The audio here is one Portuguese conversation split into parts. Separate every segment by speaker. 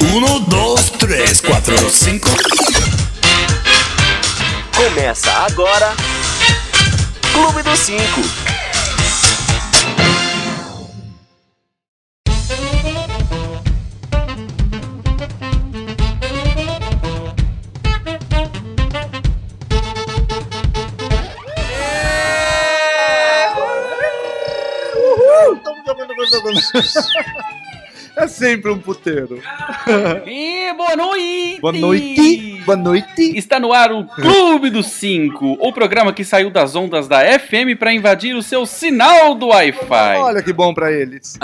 Speaker 1: Um, dois, três, quatro, cinco.
Speaker 2: Começa agora. Clube dos Cinco.
Speaker 3: É sempre um puteiro.
Speaker 4: E boa noite!
Speaker 3: Boa noite. Boa noite.
Speaker 4: Está no ar o Clube dos Cinco, o programa que saiu das ondas da FM para invadir o seu sinal do Wi-Fi.
Speaker 3: Olha que bom pra eles.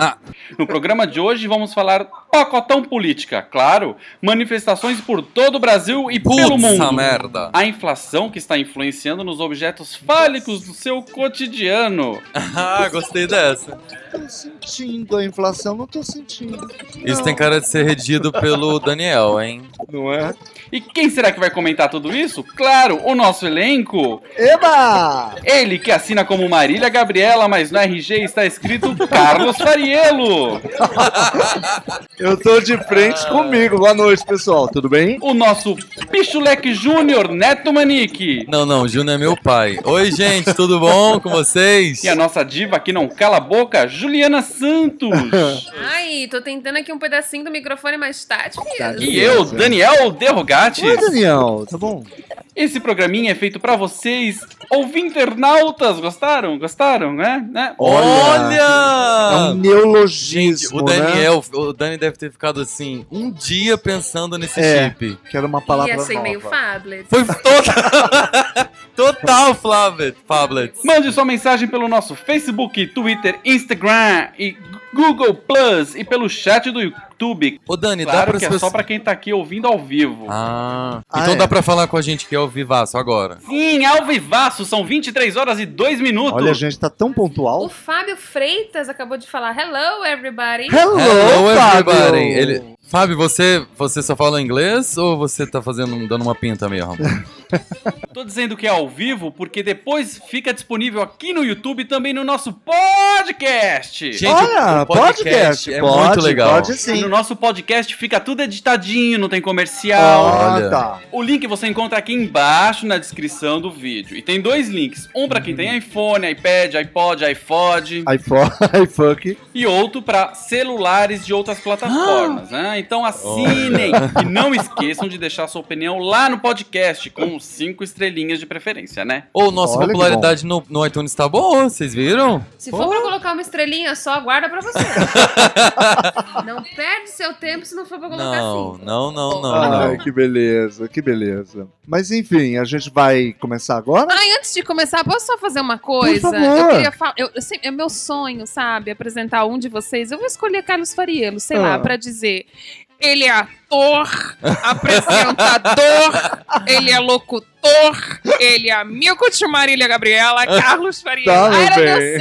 Speaker 4: No programa de hoje vamos falar pacotão política, claro, manifestações por todo o Brasil e pelo mundo.
Speaker 5: merda.
Speaker 4: A inflação que está influenciando nos objetos fálicos do seu cotidiano.
Speaker 5: Ah, gostei dessa.
Speaker 3: Não tô sentindo a inflação, não tô sentindo.
Speaker 5: Isso tem cara de ser redigido pelo Daniel, hein?
Speaker 3: Não é?
Speaker 4: E quem será que vai comentar tudo isso? Claro, o nosso elenco.
Speaker 3: Eba!
Speaker 4: Ele que assina como Marília Gabriela, mas no RG está escrito Carlos Fariello.
Speaker 3: Eu tô de
Speaker 5: Ah.
Speaker 3: frente comigo. Boa noite, pessoal. Tudo bem?
Speaker 4: O nosso Pichuleque Júnior, Neto Manique.
Speaker 5: Não, não, o Júnior é meu pai. Oi, gente, tudo bom com vocês?
Speaker 4: E a nossa diva que não cala a boca, Juliana Santos.
Speaker 6: Ai, tô tentando aqui um pedacinho do microfone, mas tá difícil.
Speaker 3: Tá difícil.
Speaker 4: E eu, Daniel Derrogates.
Speaker 3: Oi, Daniel. Tá bom?
Speaker 4: Esse programinha é feito pra vocês, ouvinternautas. Gostaram? Gostaram, né? né?
Speaker 3: É um
Speaker 5: Olha! Ah. Gente,
Speaker 3: neologismo,
Speaker 5: o
Speaker 3: né?
Speaker 5: Daniel, o Dani deve ter ficado assim, um dia pensando nesse
Speaker 3: É.
Speaker 5: chip.
Speaker 3: Que era uma
Speaker 6: E
Speaker 3: palavra
Speaker 6: achei
Speaker 3: nova.
Speaker 6: meio Fablet.
Speaker 5: Foi total. total, Flavet. Fablet.
Speaker 4: Mande sua mensagem pelo nosso Facebook, Twitter, Instagram e Google Plus e pelo chat do YouTube.
Speaker 5: Ô, Dani, dá
Speaker 4: Claro
Speaker 5: pra
Speaker 4: que é só pra quem tá aqui ouvindo ao vivo.
Speaker 5: Ah,
Speaker 3: Ah,
Speaker 5: então
Speaker 3: é.
Speaker 5: dá pra falar com a gente que é o Vivaço agora.
Speaker 4: Sim, ao vivaço, são 23 horas e 2 minutos.
Speaker 3: Olha, a gente tá tão
Speaker 6: O
Speaker 3: pontual.
Speaker 6: Fábio Freitas acabou de falar hello, everybody.
Speaker 3: Hello,
Speaker 5: Hello,
Speaker 3: Fábio.
Speaker 5: everybody. Ele- Fábio, você, você só fala inglês ou você tá fazendo, dando uma pinta mesmo?
Speaker 4: Tô dizendo que é ao vivo porque depois fica disponível aqui no YouTube e também no nosso podcast.
Speaker 5: Gente,
Speaker 3: Olha,
Speaker 5: o podcast é
Speaker 3: pode,
Speaker 5: muito legal.
Speaker 3: Pode
Speaker 4: E
Speaker 3: sim.
Speaker 4: No nosso podcast fica tudo editadinho, não tem comercial.
Speaker 5: Olha.
Speaker 3: Ah, tá.
Speaker 4: O link você encontra aqui embaixo na descrição do vídeo. E tem dois links: um pra quem tem iPhone, iPad, iPod, iPod,
Speaker 3: iPhone, iFunk.
Speaker 4: e outro pra celulares de outras plataformas. né? Então assinem
Speaker 3: Ah.
Speaker 4: e não esqueçam de deixar sua opinião lá no podcast, com cinco estrelinhas de preferência, né?
Speaker 5: Ou nossa
Speaker 3: Olha que
Speaker 5: popularidade no, no iTunes tá boa, vocês viram?
Speaker 6: Se for pra colocar uma estrelinha só, guarda pra você. não perde seu tempo se não for pra colocar
Speaker 5: Não,
Speaker 6: assim.
Speaker 5: não, não, Ah, não.
Speaker 3: Ai,
Speaker 5: não.
Speaker 3: Ah, que beleza, que beleza. Mas enfim, a gente vai começar agora?
Speaker 6: Ai, antes de começar, posso só fazer uma coisa?
Speaker 3: favor.
Speaker 6: Eu queria falar. eu- eu sei- é meu sonho, sabe? Apresentar um de vocês. Eu vou escolher Carlos Fariello, sei
Speaker 3: Ah.
Speaker 6: lá, pra dizer. Ele é ator, apresentador, ele é locutor, ele é amigo de Marília Gabriela, Carlos Fariello.
Speaker 3: Tá,
Speaker 6: Ah, era
Speaker 3: meu
Speaker 6: meu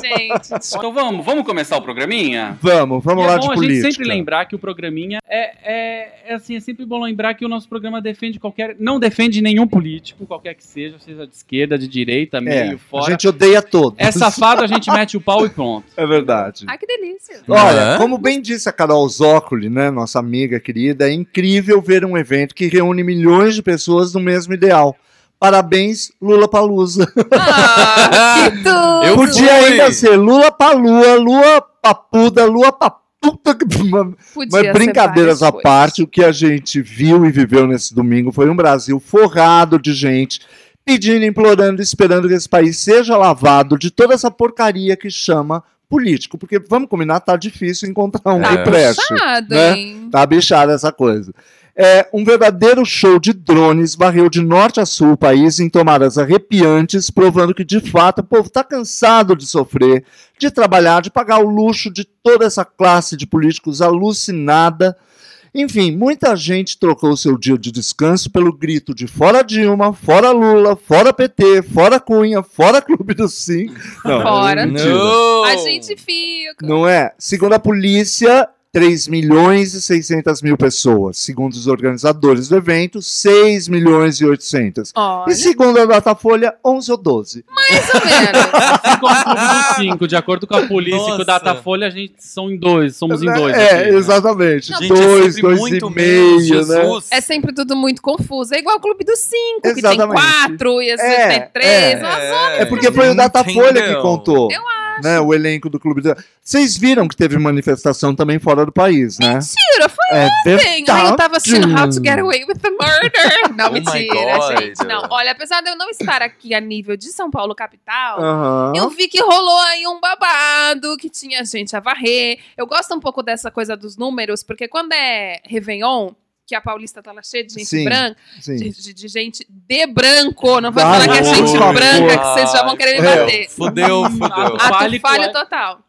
Speaker 6: gente.
Speaker 4: Então vamos, vamos começar o programinha?
Speaker 3: Vamos, vamos
Speaker 4: E
Speaker 3: lá
Speaker 4: é bom
Speaker 3: de
Speaker 4: a
Speaker 3: política.
Speaker 4: gente sempre lembrar que o programinha é, é, é assim, é sempre bom lembrar que o nosso programa defende qualquer. Não defende nenhum político, qualquer que seja, seja de esquerda, de direita, meio,
Speaker 3: é, a
Speaker 4: fora.
Speaker 3: gente odeia todos.
Speaker 4: É safado, a gente mete o pau e pronto.
Speaker 3: É verdade.
Speaker 6: Ai, que delícia.
Speaker 3: Olha,
Speaker 5: Hã?
Speaker 3: como bem disse a Carol Zócoli, né, nossa amiga querida, é incrível ver um evento que reúne milhões de pessoas no mesmo ideal. Parabéns, Lula Palusa. Ah.
Speaker 6: Ah,
Speaker 5: Eu fui.
Speaker 3: Podia ainda ser Lula Palua, Lua Papuda, Lua Paputa.
Speaker 6: Podia
Speaker 3: Mas
Speaker 6: ser
Speaker 3: brincadeiras à
Speaker 6: várias coisas.
Speaker 3: parte, o que a gente viu e viveu nesse domingo foi um Brasil forrado de gente pedindo, implorando, esperando que esse país seja lavado de toda essa porcaria que chama político. Porque, vamos combinar, tá difícil encontrar um
Speaker 6: É.
Speaker 5: Tá
Speaker 3: que preste.
Speaker 6: Puxado,
Speaker 3: né?
Speaker 6: hein?
Speaker 3: Tá bichada essa coisa. É, um verdadeiro show de drones varreu de norte a sul o país em tomadas arrepiantes, provando que de fato o povo tá cansado de sofrer, de trabalhar, de pagar o luxo de toda essa classe de políticos alucinada. Enfim, muita gente trocou seu dia de descanso pelo grito de fora Dilma, fora Lula, fora PT, fora Cunha, fora Clube do Sim. Não,
Speaker 6: Fora.
Speaker 3: mentira.
Speaker 6: Oh.
Speaker 5: Não.
Speaker 6: A gente fica.
Speaker 3: Não é? Segundo a polícia, 3 milhões e 600 mil pessoas. Segundo os organizadores do evento, 6 milhões e 800.
Speaker 6: Olha,
Speaker 3: E segundo a Datafolha, 11 ou 12.
Speaker 6: mais ou menos.
Speaker 4: Ficou um clube dos cinco. De acordo com a polícia e com
Speaker 5: Nossa.
Speaker 4: o Datafolha, a gente são em dois. Somos em dois.
Speaker 3: É,
Speaker 4: aqui, né?
Speaker 3: exatamente.
Speaker 5: Gente, é
Speaker 3: 2,
Speaker 5: sempre
Speaker 3: 2
Speaker 5: muito menos,
Speaker 3: e meio, né?
Speaker 5: Jesus.
Speaker 6: É sempre tudo muito confuso. É igual o Clube dos Cinco, que tem
Speaker 3: Exatamente.
Speaker 6: quatro, e às vezes
Speaker 3: É,
Speaker 6: tem três. Ah,
Speaker 5: É,
Speaker 6: Nossa,
Speaker 3: É porque foi o
Speaker 5: Entendeu?
Speaker 3: Datafolha que contou.
Speaker 6: Eu
Speaker 3: acho. Né, o elenco do Clube do... Vocês viram que teve manifestação também fora do país, né?
Speaker 6: Mentira, foi
Speaker 3: É
Speaker 6: ontem. Ai, eu tava assistindo How to
Speaker 3: verdade.
Speaker 6: Get Away with the Murder. Não,
Speaker 5: Oh my
Speaker 6: mentira,
Speaker 5: God.
Speaker 6: gente. Não, olha, apesar de eu não estar aqui a nível de São Paulo capital,
Speaker 3: Aham.
Speaker 6: Eu vi que rolou aí um babado, que tinha gente a varrer. Eu gosto um pouco dessa coisa dos números, porque quando é Réveillon, que a Paulista tá lá cheia de gente
Speaker 3: Sim,
Speaker 6: branca,
Speaker 3: Sim.
Speaker 6: de, de- de gente de branco, não vai
Speaker 3: Ah,
Speaker 6: falar que é
Speaker 3: por
Speaker 6: gente
Speaker 3: favor.
Speaker 6: branca, que vocês já vão querer me
Speaker 3: É.
Speaker 6: bater.
Speaker 5: Fudeu, fudeu.
Speaker 4: Ah,
Speaker 6: Ato
Speaker 4: Vale
Speaker 6: falho
Speaker 4: qual-
Speaker 6: total.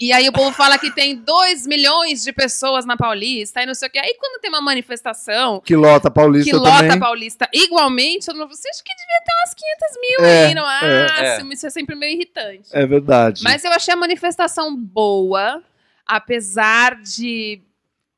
Speaker 6: E aí o povo fala que tem 2 milhões de pessoas na Paulista e não sei o quê. Aí quando tem uma manifestação
Speaker 3: Que lota paulista
Speaker 6: que lota
Speaker 3: também.
Speaker 6: a Paulista igualmente, eu não você acha que devia ter umas 500 mil
Speaker 3: É,
Speaker 6: aí no máximo. Isso é sempre meio irritante.
Speaker 3: É verdade.
Speaker 6: Mas eu achei a manifestação boa, apesar de.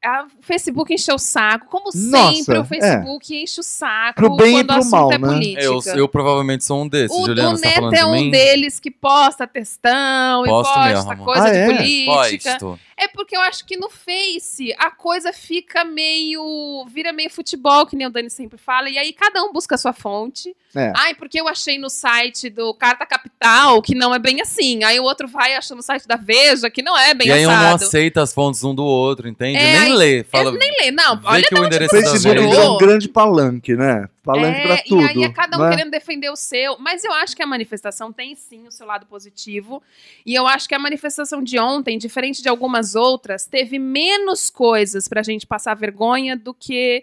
Speaker 6: a- o Facebook encheu o saco. Como
Speaker 3: Nossa, é.
Speaker 6: sempre, o Facebook enche o saco
Speaker 3: Pro bem e
Speaker 6: quando o
Speaker 3: pro
Speaker 6: assunto
Speaker 3: mal,
Speaker 6: é
Speaker 3: né?
Speaker 6: política.
Speaker 5: Eu, eu provavelmente sou um desses,
Speaker 6: o,
Speaker 5: Juliana,
Speaker 6: o
Speaker 5: você tá
Speaker 6: Neto
Speaker 5: falando
Speaker 6: é
Speaker 5: de
Speaker 6: um
Speaker 5: mim?
Speaker 6: deles que posta textão
Speaker 5: Posto
Speaker 6: e posta
Speaker 5: mesmo.
Speaker 6: coisa
Speaker 3: Ah,
Speaker 6: de
Speaker 3: é?
Speaker 6: política.
Speaker 5: Posto.
Speaker 6: É porque eu acho que no Face a coisa fica meio. vira meio futebol, que nem o Dani sempre fala, e aí cada um busca a sua fonte.
Speaker 3: É.
Speaker 6: Ai, porque eu achei no site do Carta Capital que não é bem assim. Aí o outro vai achando no site da Veja que não é bem
Speaker 5: E aí um não
Speaker 6: assado.
Speaker 5: aceita as fontes um do outro, entende?
Speaker 6: É, aí-
Speaker 5: nem lê. Fala,
Speaker 6: Eu nem lê, não.
Speaker 5: Vê
Speaker 6: Olha
Speaker 5: que
Speaker 6: de
Speaker 5: o
Speaker 6: onde
Speaker 5: endereço
Speaker 6: você
Speaker 5: da
Speaker 3: Facebook
Speaker 5: Veja.
Speaker 3: virou um
Speaker 6: tirou.
Speaker 3: grande palanque, né? Palanque
Speaker 6: É,
Speaker 3: pra tudo.
Speaker 6: E aí é cada um
Speaker 3: né?
Speaker 6: querendo defender o seu. Mas eu acho que a manifestação tem sim o seu lado positivo. E eu acho que a manifestação de ontem, diferente de algumas outras, teve menos coisas pra gente passar vergonha do que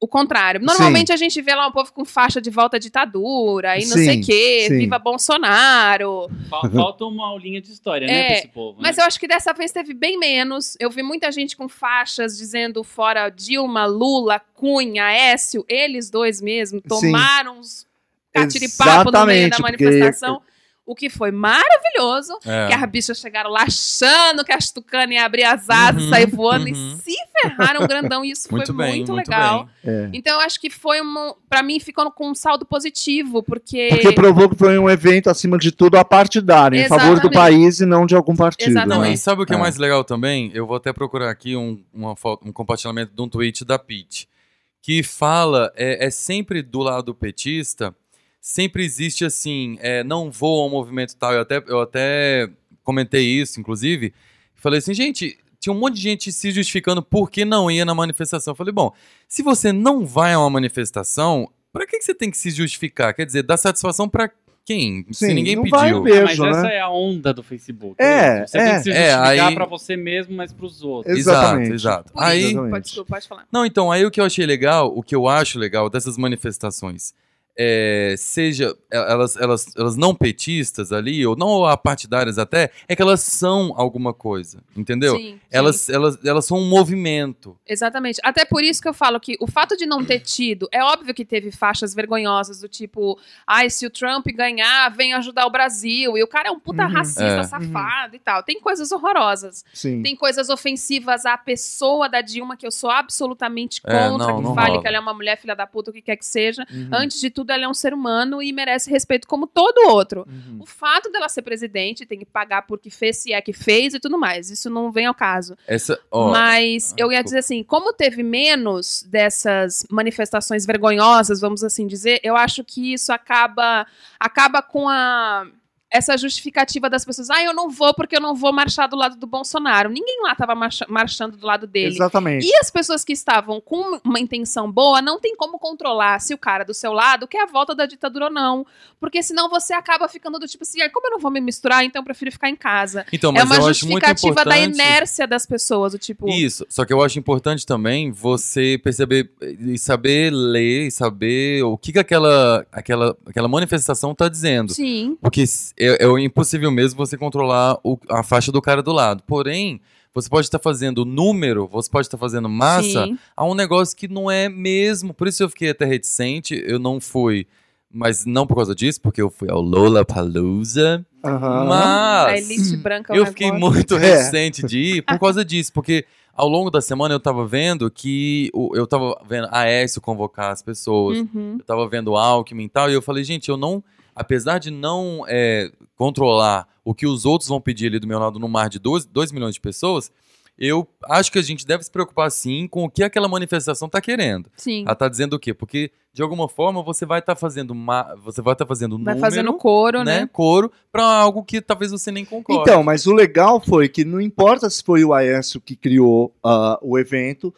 Speaker 6: o contrário. Normalmente a gente vê lá um povo com faixa de volta à ditadura e não sei
Speaker 3: Sim,
Speaker 6: o quê,
Speaker 3: sim.
Speaker 6: viva Bolsonaro.
Speaker 4: Fal- Falta uma aulinha de história, né,
Speaker 6: É,
Speaker 4: pra esse povo.
Speaker 6: Mas
Speaker 4: né?
Speaker 6: eu acho que dessa vez teve bem menos. Eu vi muita gente com faixas dizendo fora Dilma, Lula, Cunha, Écio, eles dois mesmo tomaram uns catiripapo no meio
Speaker 3: Exatamente,
Speaker 6: da
Speaker 3: porque-
Speaker 6: manifestação. O que foi maravilhoso,
Speaker 5: É.
Speaker 6: que as bichas chegaram lá achando que as tucanas iam abrir as asas
Speaker 5: Uhum,
Speaker 6: e sair voando e
Speaker 5: uhum.
Speaker 6: se ferraram grandão. E isso
Speaker 5: Muito
Speaker 6: foi
Speaker 5: bem,
Speaker 6: muito,
Speaker 5: muito,
Speaker 6: legal.
Speaker 5: bem.
Speaker 3: É.
Speaker 6: Então eu acho que foi um. Pra mim ficou com um saldo positivo, porque.
Speaker 3: Porque provou que foi um evento, acima de tudo, apartidário, em favor do
Speaker 6: Exatamente.
Speaker 3: país e não de algum partido.
Speaker 5: Não,
Speaker 6: Exatamente.
Speaker 3: né?
Speaker 5: e sabe o que é.
Speaker 3: É.
Speaker 5: mais legal também? Eu vou até procurar aqui um, uma foto- um compartilhamento de um tweet da Pete, que fala, é, é sempre do lado petista, sempre existe assim, é, não vou ao movimento tal, eu até, eu até comentei isso, inclusive, falei assim, gente, tinha um monte de gente se justificando por que não ia na manifestação. Eu falei, bom, se você não vai a uma manifestação, pra que, que você tem que se justificar? Quer dizer, dá satisfação pra quem? se
Speaker 3: Sim,
Speaker 5: ninguém
Speaker 3: não vai
Speaker 5: pediu.
Speaker 3: ver.
Speaker 4: Ah,
Speaker 3: vejo,
Speaker 4: mas essa
Speaker 3: né?
Speaker 4: é a onda do Facebook.
Speaker 3: É,
Speaker 4: né? Você
Speaker 3: é.
Speaker 4: tem que se
Speaker 5: É,
Speaker 4: justificar
Speaker 5: aí-
Speaker 4: pra você mesmo, mas pros outros.
Speaker 3: Exatamente.
Speaker 5: Exato, exato.
Speaker 6: Por
Speaker 5: Aí,
Speaker 6: isso-
Speaker 3: Exatamente.
Speaker 6: Pode, desculpa, pode falar.
Speaker 5: Não, então, aí o que eu achei legal, o que eu acho legal dessas manifestações, é, seja elas, elas, elas não petistas ali, ou não partidárias até, é que elas são alguma coisa, entendeu?
Speaker 6: Sim, sim.
Speaker 5: Elas, elas, elas são um movimento.
Speaker 6: Exatamente. Até por isso que eu falo que o fato de não ter tido, é óbvio que teve faixas vergonhosas do tipo, ai, se o Trump ganhar, vem ajudar o Brasil. E o cara é um puta
Speaker 3: Uhum.
Speaker 6: racista,
Speaker 5: É. Uhum.
Speaker 6: safado e tal. Tem coisas horrorosas.
Speaker 3: Sim.
Speaker 6: Tem coisas ofensivas à pessoa da Dilma, que eu sou absolutamente
Speaker 5: É,
Speaker 6: contra,
Speaker 5: não,
Speaker 6: que
Speaker 5: não
Speaker 6: fale
Speaker 5: rola.
Speaker 6: que ela é uma mulher filha da puta, o que quer que seja.
Speaker 3: Uhum.
Speaker 6: Antes de tudo, ela é um ser humano e merece respeito como todo outro.
Speaker 3: Uhum.
Speaker 6: O fato dela ser presidente, tem que pagar por que fez, se é que fez e tudo mais. Isso não vem ao caso.
Speaker 5: Essa, ó,
Speaker 6: Mas
Speaker 5: ah,
Speaker 6: eu ia
Speaker 5: desculpa.
Speaker 6: dizer assim, como teve menos dessas manifestações vergonhosas, vamos assim dizer, eu acho que isso acaba acaba com a essa justificativa das pessoas, ah, eu não vou porque eu não vou marchar do lado do Bolsonaro. Ninguém lá estava marchando do lado dele.
Speaker 3: Exatamente.
Speaker 6: E as pessoas que estavam com uma intenção boa não tem como controlar se o cara do seu lado quer a volta da ditadura ou não. Porque senão você acaba ficando do tipo assim, ah, como eu não vou me misturar, então eu prefiro ficar em casa.
Speaker 5: então,
Speaker 6: é
Speaker 5: mas
Speaker 6: uma
Speaker 5: eu acho muito
Speaker 6: justificativa da
Speaker 5: importante-
Speaker 6: inércia das pessoas, do tipo,
Speaker 5: Isso, só que eu acho importante também você perceber e saber ler e saber o que, que aquela, aquela, aquela manifestação tá dizendo.
Speaker 6: Sim.
Speaker 5: Porque s- é, é impossível mesmo você controlar o- a faixa do cara do lado. Porém, você pode estar fazendo número, você pode estar fazendo massa
Speaker 6: Sim.
Speaker 5: a um negócio que não é mesmo. Por isso eu fiquei até reticente, eu não fui. Mas não por causa disso, porque eu fui ao Lola Palusa.
Speaker 3: Aham.
Speaker 5: Mas
Speaker 6: a elite
Speaker 3: Hum.
Speaker 6: branca
Speaker 5: eu fiquei
Speaker 6: muito.
Speaker 5: muito
Speaker 3: É.
Speaker 5: resistente de ir por causa disso, porque ao longo da semana eu tava vendo que o- eu tava vendo a Aécio convocar as
Speaker 6: Uhum,
Speaker 5: pessoas, eu tava vendo o Alckmin e tal, e eu falei, gente, eu não, apesar de não é, controlar o que os outros vão pedir ali do meu lado no mar de 2 milhões de pessoas, eu acho que a gente deve se preocupar sim com o que aquela manifestação tá querendo.
Speaker 6: Sim.
Speaker 5: Ela tá dizendo o quê? Porque de alguma forma você vai estar fazendo ma- você vai estar fazendo
Speaker 6: Vai
Speaker 5: número,
Speaker 6: fazendo coro, né?
Speaker 5: coro para algo que talvez você nem concorde.
Speaker 3: Então, mas o legal foi que não importa se foi o Aécio que criou ah, o evento,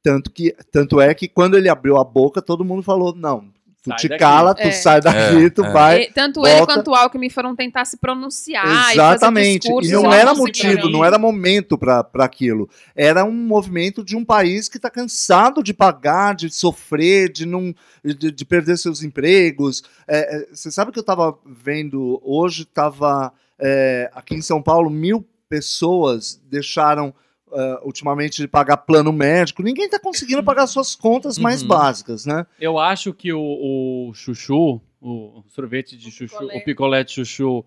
Speaker 3: tanto, que, tanto é que quando ele abriu a boca, todo mundo falou: não, tu
Speaker 4: Sai
Speaker 3: te
Speaker 4: daqui."
Speaker 3: cala, tu
Speaker 6: É.
Speaker 3: sai daqui, tu
Speaker 5: é.
Speaker 3: vai.
Speaker 6: E- tanto
Speaker 3: volta.
Speaker 6: ele quanto o Alckmin foram tentar se pronunciar
Speaker 3: Exatamente.
Speaker 6: e fazer discursos.
Speaker 3: E não
Speaker 6: elas
Speaker 3: era
Speaker 6: se
Speaker 3: motivo, não
Speaker 6: pronunciaram.
Speaker 3: era momento para aquilo. Era um movimento de um país que está cansado de pagar, de sofrer, de não de, de perder seus empregos. É, é, você sabe que eu estava vendo hoje, estava aqui em São Paulo, mil pessoas deixaram é, ultimamente de pagar plano médico. Ninguém está conseguindo pagar suas contas mais
Speaker 5: Uhum.
Speaker 3: básicas, né?
Speaker 4: Eu acho que o, o chuchu, o sorvete de
Speaker 6: O
Speaker 4: chuchu,
Speaker 6: picolé.
Speaker 4: o picolé de chuchu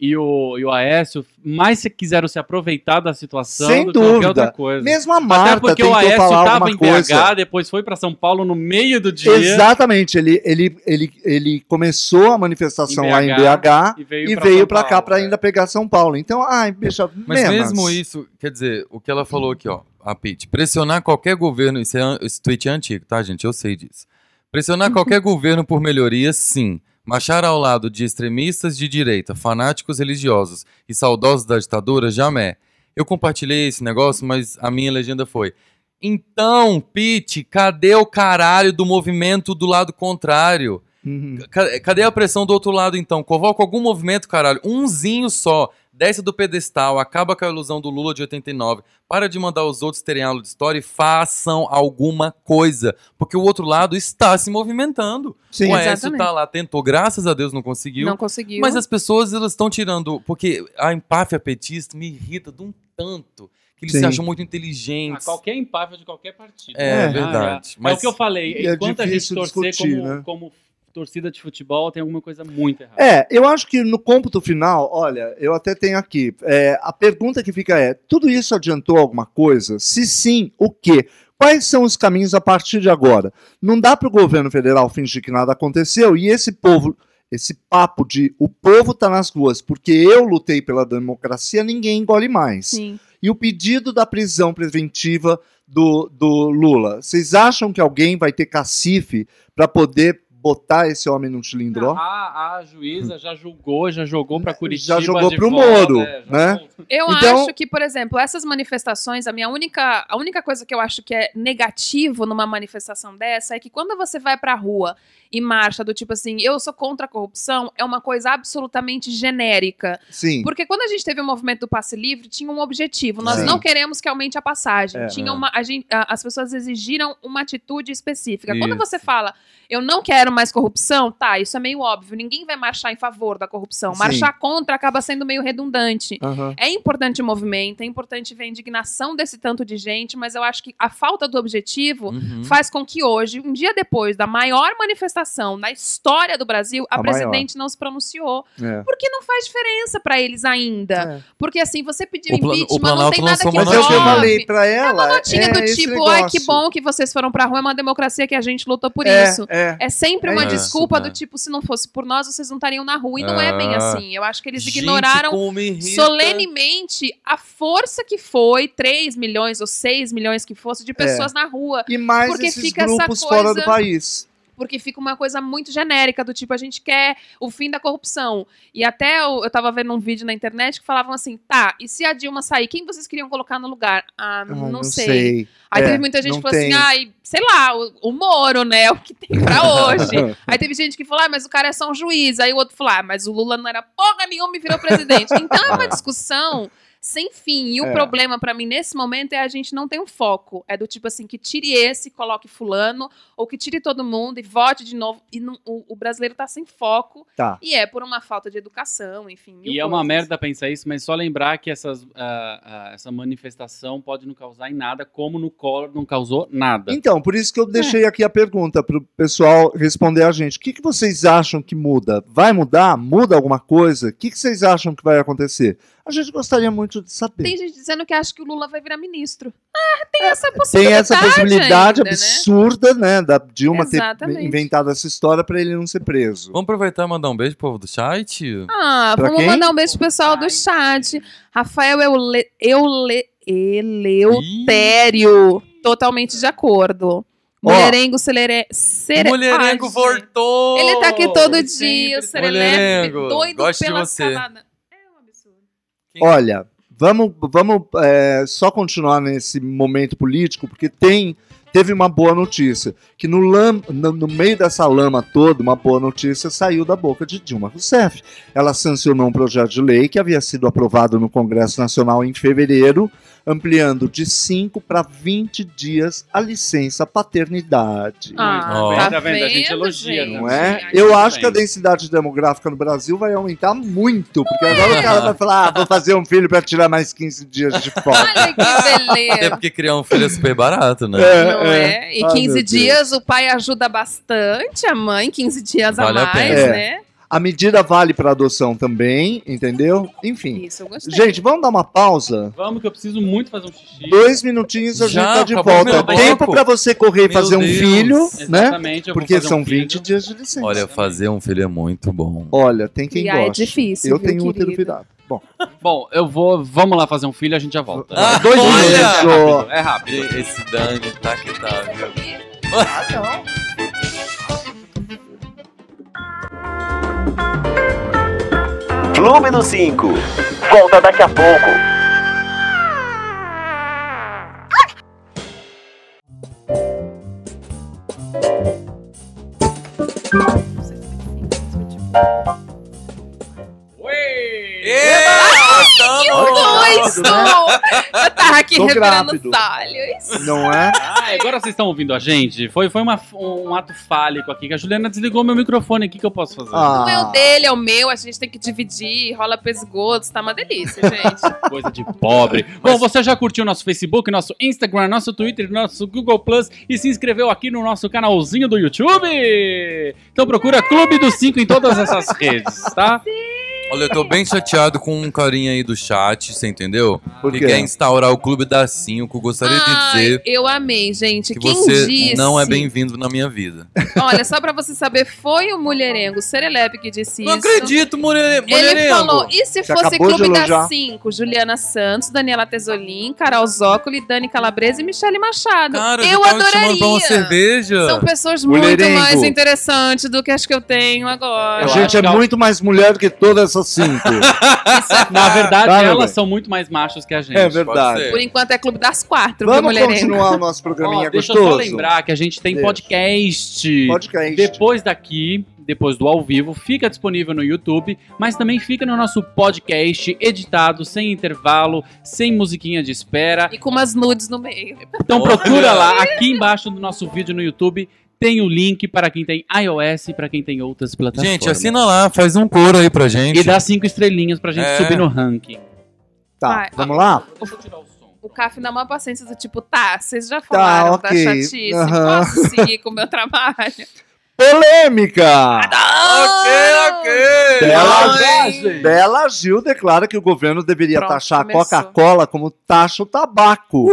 Speaker 4: e o, e o Aécio, mais se quiseram se aproveitar da situação
Speaker 3: Sem
Speaker 4: do que qualquer
Speaker 3: dúvida.
Speaker 4: outra coisa.
Speaker 3: Mesmo a
Speaker 4: é. Até
Speaker 3: Marta
Speaker 4: porque
Speaker 3: tentou
Speaker 4: o Aécio
Speaker 3: falar
Speaker 4: tava
Speaker 3: alguma
Speaker 4: em BH,
Speaker 3: coisa.
Speaker 4: depois foi pra São Paulo no meio do dia
Speaker 3: Exatamente, ele, ele, ele, ele começou a manifestação
Speaker 4: Em
Speaker 3: lá em
Speaker 4: BH,
Speaker 3: BH
Speaker 4: e veio
Speaker 3: e
Speaker 4: pra
Speaker 3: veio
Speaker 4: São
Speaker 3: pra cá
Speaker 4: Paulo,
Speaker 3: pra
Speaker 4: é.
Speaker 3: ainda pegar São Paulo. Então, ai, bicha,
Speaker 5: Mas
Speaker 3: menos.
Speaker 5: mesmo isso, quer dizer, o que ela falou aqui, ó, a Pete, pressionar qualquer governo, esse, é an- esse tweet é antigo, tá, gente? Eu sei disso. Pressionar qualquer governo por melhorias, sim. Marchar ao lado de extremistas de direita, fanáticos religiosos e saudosos da ditadura, jamais. Eu compartilhei esse negócio, mas a minha legenda foi: Então, Pete, cadê o caralho do movimento do lado contrário?
Speaker 3: Uhum.
Speaker 5: Ca- Cadê a pressão do outro lado, então? Convoca algum movimento, caralho. Umzinho só. Desce do pedestal, acaba com a ilusão do Lula de 89. Para de mandar os outros terem aula de história e façam alguma coisa. Porque o outro lado está se movimentando.
Speaker 3: Sim.
Speaker 5: o Aécio
Speaker 6: Exatamente.
Speaker 5: tá lá, tentou, graças a Deus não conseguiu.
Speaker 6: Não conseguiu.
Speaker 5: Mas as pessoas, elas estão tirando... Porque a empáfia petista me irrita de um tanto. Que eles
Speaker 3: Sim.
Speaker 5: se acham muito
Speaker 4: A
Speaker 5: inteligentes.
Speaker 6: Ah,
Speaker 4: qualquer empável de qualquer partido.
Speaker 5: É,
Speaker 4: Ah,
Speaker 5: verdade.
Speaker 4: É. É
Speaker 5: Mas-
Speaker 4: o que eu falei.
Speaker 3: E é
Speaker 4: enquanto a gente
Speaker 3: difícil
Speaker 4: torcer
Speaker 3: discutir,
Speaker 4: como,
Speaker 3: né?
Speaker 4: como torcida de futebol, tem alguma coisa muito errada.
Speaker 3: É, eu acho que no cômputo final, olha, eu até tenho aqui. é, a pergunta que fica é: tudo isso adiantou alguma coisa? Se sim, o quê? Quais são os caminhos a partir de agora? Não dá para o governo federal fingir que nada aconteceu e esse povo, esse papo de o povo está nas ruas porque eu lutei pela democracia, ninguém engole mais.
Speaker 6: Sim.
Speaker 3: e o pedido da prisão preventiva do, do Lula. Vocês acham que alguém vai ter cacife para poder botar esse homem num
Speaker 4: Ah,
Speaker 3: cilindró?
Speaker 4: A, a juíza já julgou, já jogou pra Curitiba.
Speaker 3: Já jogou
Speaker 4: de
Speaker 3: pro
Speaker 4: volta,
Speaker 3: Moro,
Speaker 4: é, já
Speaker 3: né?
Speaker 4: voltou.
Speaker 6: Eu
Speaker 3: Então-
Speaker 6: acho que, por exemplo, essas manifestações, a minha única, a única coisa que eu acho que é negativo numa manifestação dessa é que quando você vai pra rua e marcha do tipo assim, eu sou contra a corrupção, é uma coisa absolutamente genérica.
Speaker 3: Sim.
Speaker 6: Porque quando a gente teve o movimento do passe livre, tinha um objetivo. Nós
Speaker 3: Sim.
Speaker 6: não queremos que aumente a passagem.
Speaker 3: É,
Speaker 6: tinha
Speaker 5: é.
Speaker 6: uma, a gente- a- as pessoas exigiram uma atitude específica. Quando
Speaker 5: Isso.
Speaker 6: você fala, eu não quero mais corrupção, tá, isso é meio óbvio. Ninguém vai marchar em favor da corrupção.
Speaker 3: Sim.
Speaker 6: Marchar contra acaba sendo meio redundante.
Speaker 3: Aham.
Speaker 6: É importante o movimento, é importante ver a indignação desse tanto de gente, mas eu acho que a falta do objetivo
Speaker 5: Uhum.
Speaker 6: faz com que hoje, um dia depois da maior manifestação da história do Brasil, a,
Speaker 3: A maior.
Speaker 6: presidente não se pronunciou.
Speaker 3: É.
Speaker 6: Porque não faz diferença pra eles ainda.
Speaker 3: É.
Speaker 6: Porque assim, você pediu
Speaker 5: O plano- o
Speaker 6: impeachment, não
Speaker 5: Planalto
Speaker 6: tem nada
Speaker 5: lançou
Speaker 6: que
Speaker 5: uma
Speaker 3: Mas
Speaker 5: Uma
Speaker 3: é o que eu
Speaker 5: notinha.
Speaker 3: falei para ela.
Speaker 6: É uma notinha
Speaker 3: é
Speaker 6: do
Speaker 3: esse
Speaker 6: tipo, ai que
Speaker 3: negócio."
Speaker 6: bom que vocês foram pra rua, é uma democracia que a gente lutou por
Speaker 3: É,
Speaker 6: isso.
Speaker 3: é.
Speaker 6: É sempre uma
Speaker 5: É isso,
Speaker 6: desculpa
Speaker 5: né?
Speaker 6: do tipo, se não fosse por nós, vocês não estariam na rua. E não é bem
Speaker 5: Ah.
Speaker 6: assim. Eu acho que eles
Speaker 5: Gente,
Speaker 6: ignoraram
Speaker 5: como me irrita.
Speaker 6: solenemente a força que foi 3 milhões ou 6 milhões que fosse de pessoas na rua.
Speaker 3: E mais
Speaker 6: Porque
Speaker 3: esses
Speaker 6: fica essa
Speaker 3: grupos
Speaker 6: coisa-
Speaker 3: fora do país.
Speaker 6: porque fica uma coisa muito genérica, do tipo, a gente quer o fim da corrupção. E até eu, eu tava vendo um vídeo na internet que falavam assim, tá, e se a Dilma sair, quem vocês queriam colocar no lugar? Ah,
Speaker 3: Ah,
Speaker 6: não, sei. Aí
Speaker 3: É,
Speaker 6: teve muita gente
Speaker 3: não
Speaker 6: que falou
Speaker 3: tem.
Speaker 6: assim, ai, sei lá, o, o Moro, né, o que tem pra hoje. Aí teve gente que falou, ah, mas o cara é só um juiz. Aí o outro falou, ah, mas o Lula não era porra nenhuma e virou presidente. Então é uma discussão sem fim. E o
Speaker 3: É.
Speaker 6: problema pra mim nesse momento é a gente não tem um foco. É do tipo assim, que tire esse, coloque fulano, ou que tire todo mundo e vote de novo. E não- o, o brasileiro tá sem foco.
Speaker 3: Tá.
Speaker 6: E é por uma falta de educação, enfim. mil
Speaker 4: E é uma
Speaker 6: coisas.
Speaker 4: merda pensar isso, mas só lembrar que essas, ah, ah, essa manifestação pode não causar em nada, como no Collor não causou nada.
Speaker 3: Então, por isso que eu deixei aqui a pergunta para o pessoal responder a gente. O que, que vocês acham que muda? Vai mudar? Muda alguma coisa? O que, que vocês acham que vai acontecer? A gente gostaria muito de saber.
Speaker 6: Tem gente dizendo que acha que o Lula vai virar ministro. Ah, tem essa possibilidade.
Speaker 3: É, Tem essa possibilidade
Speaker 6: ainda, né?
Speaker 3: absurda, né? da Dilma ter
Speaker 6: Exatamente.
Speaker 3: inventado essa história para ele não ser preso.
Speaker 5: Vamos aproveitar e mandar um beijo pro povo do chat?
Speaker 6: Ah,
Speaker 3: Pra
Speaker 6: vamos
Speaker 3: quem?
Speaker 6: mandar um beijo pro pessoal do chat. Rafael Eule, Eule, Eleutério. Totalmente de acordo.
Speaker 3: Ó.
Speaker 6: Mulherengo, celere, cere...
Speaker 5: O mulherengo
Speaker 6: Ai,
Speaker 5: voltou!
Speaker 6: Ele tá aqui todo dia,
Speaker 7: Sempre
Speaker 6: o Serelepe,
Speaker 5: mulherengo.
Speaker 6: doido
Speaker 5: Gosto de
Speaker 6: pela
Speaker 5: você.
Speaker 6: salada. É um absurdo.
Speaker 3: Olha, vamos, vamos é, só continuar nesse momento político, porque tem teve uma boa notícia. Que no, lam- no, no meio dessa lama toda, uma boa notícia saiu da boca de Dilma Rousseff. Ela sancionou um projeto de lei que havia sido aprovado no Congresso Nacional em fevereiro, ampliando de 5 para 20 dias a licença paternidade.
Speaker 6: Ah,
Speaker 5: bem.
Speaker 6: tá
Speaker 4: Tá vendo? A gente elogia,
Speaker 6: gente.
Speaker 3: Não
Speaker 4: Sim,
Speaker 3: é?
Speaker 4: acho
Speaker 3: Eu
Speaker 4: que
Speaker 3: acho
Speaker 4: sim.
Speaker 3: que a densidade demográfica no Brasil vai aumentar muito, porque agora o cara vai falar, ah, vou fazer um filho pra tirar mais 15 dias de folga.
Speaker 6: Olha que
Speaker 5: Até
Speaker 6: beleza.
Speaker 5: porque criar um filho é super barato, né?
Speaker 6: Não é? E
Speaker 3: Ah,
Speaker 6: 15
Speaker 3: meu Deus.
Speaker 6: dias, o pai ajuda bastante, a mãe 15 dias
Speaker 5: Vale
Speaker 6: a
Speaker 5: a
Speaker 6: mais,
Speaker 3: pena.
Speaker 6: né?
Speaker 3: A medida vale pra adoção também, entendeu? Enfim.
Speaker 6: Isso, eu gostei.
Speaker 3: É. Gente, vamos dar uma pausa?
Speaker 4: Vamos que eu preciso muito fazer um xixi.
Speaker 3: Dois minutinhos a
Speaker 5: Já
Speaker 3: gente tá de
Speaker 5: acabou
Speaker 3: volta.
Speaker 4: meu
Speaker 3: Tempo
Speaker 5: bloco.
Speaker 3: pra você correr e
Speaker 5: Meu
Speaker 3: fazer um
Speaker 5: Deus.
Speaker 3: filho, né?
Speaker 4: Exatamente, eu vou
Speaker 3: Porque
Speaker 4: fazer um
Speaker 3: são
Speaker 4: filho.
Speaker 3: 20 dias de licença.
Speaker 5: Olha, fazer um filho é muito bom.
Speaker 3: Olha, tem quem
Speaker 6: E aí
Speaker 3: gosta.
Speaker 6: é difícil,
Speaker 3: Eu
Speaker 6: viu,
Speaker 3: tenho útero
Speaker 6: querido?
Speaker 3: virado. Bom,
Speaker 4: Bom, eu vou. Vamos lá fazer um filho, a gente já volta.
Speaker 5: Ah,
Speaker 3: dois
Speaker 5: olha!
Speaker 3: minutos.
Speaker 4: É rápido.
Speaker 5: E- Esse Dani tá que tá, viu?
Speaker 2: Clube do 5. Volta daqui a pouco.
Speaker 5: Eba! Voltamos!
Speaker 6: Dois!
Speaker 5: né?
Speaker 6: Eu tava aqui
Speaker 3: Tô
Speaker 6: revirando
Speaker 3: grávido.
Speaker 6: salhos.
Speaker 3: Não é?
Speaker 4: Ah, agora vocês estão ouvindo a gente? Foi, foi uma- um ato fálico aqui, que a Juliana desligou meu microfone. O que, que eu posso fazer?
Speaker 3: Ah.
Speaker 6: Não é o dele, é o meu, a gente tem que dividir, rola pro esgoto, tá uma delícia, gente.
Speaker 4: Coisa de pobre. Bom, você já curtiu nosso Facebook, nosso Instagram, nosso Twitter, nosso Google Plus e se inscreveu aqui no nosso canalzinho do YouTube? Então procura Clube dos 5 em todas essas redes, tá?
Speaker 5: Olha, eu tô bem chateado com um carinha aí do chat, você entendeu?
Speaker 3: Por
Speaker 5: que
Speaker 3: quê?
Speaker 5: quer instaurar o Clube da Cinco. Gostaria de
Speaker 6: Ai,
Speaker 5: dizer
Speaker 6: eu amei, gente.
Speaker 5: que
Speaker 6: Quem
Speaker 5: você
Speaker 6: disse?
Speaker 5: não é bem-vindo na minha vida.
Speaker 6: Olha, só pra você saber, foi o mulherengo, o Serelepe, que disse
Speaker 5: Não
Speaker 6: isso.
Speaker 5: acredito, mulher,
Speaker 6: Ele falou, e se
Speaker 3: Você
Speaker 6: fosse
Speaker 3: acabou de
Speaker 6: Clube
Speaker 3: elogiar.
Speaker 6: das Cinco? Juliana Santos, Daniela Tesolin, Carol Zócoli, Dani Calabresa e Michele Machado.
Speaker 5: Cara,
Speaker 6: eu
Speaker 5: tava te chamando pra uma
Speaker 6: adoraria.
Speaker 5: cerveja.
Speaker 6: São pessoas muito
Speaker 3: Mulherengo.
Speaker 6: mais interessantes do que as que eu tenho
Speaker 3: A
Speaker 6: agora.
Speaker 4: Eu
Speaker 3: gente
Speaker 4: acho
Speaker 3: é
Speaker 4: que é o-
Speaker 3: muito mais mulher do que todas essas cinco.
Speaker 4: Na verdade,
Speaker 3: Tá, meu
Speaker 4: elas
Speaker 3: bem.
Speaker 4: são muito mais machos que a gente.
Speaker 3: é verdade.
Speaker 5: ser.
Speaker 6: Por enquanto é Clube das Quatro, viu,
Speaker 3: Vamos
Speaker 6: mulherengo?
Speaker 3: continuar o nosso programinha
Speaker 4: Ó, deixa eu
Speaker 3: gostoso?
Speaker 4: só lembrar que a gente tem
Speaker 3: Deixa.
Speaker 4: podcast.
Speaker 3: Podcast.
Speaker 4: Depois daqui, depois do ao vivo, fica disponível no YouTube, mas também fica no nosso podcast editado, sem intervalo, sem musiquinha de espera.
Speaker 6: E com umas nudes no meio.
Speaker 4: Então
Speaker 5: Olha.
Speaker 4: procura lá, aqui embaixo do nosso vídeo no YouTube, tem o link para quem tem iOS e para quem tem outras plataformas.
Speaker 5: Gente, assina lá, faz um coro aí pra gente.
Speaker 4: E dá cinco estrelinhas pra gente
Speaker 5: É.
Speaker 4: subir no ranking.
Speaker 3: Tá,
Speaker 6: Vai,
Speaker 3: vamos lá?
Speaker 4: Deixa eu tirar o som.
Speaker 6: O Café na maior paciência do tipo, tá, vocês já falaram
Speaker 3: Tá,
Speaker 6: da
Speaker 3: ok.
Speaker 6: chatice,
Speaker 3: Aham.
Speaker 6: posso seguir com o meu trabalho?
Speaker 3: Polêmica!
Speaker 5: ok!
Speaker 3: Bela,
Speaker 6: Ai.
Speaker 3: Gil, Bela Gil declara que o governo deveria
Speaker 6: Pronto,
Speaker 3: taxar
Speaker 6: começou.
Speaker 3: a Coca-Cola como taxa o tabaco.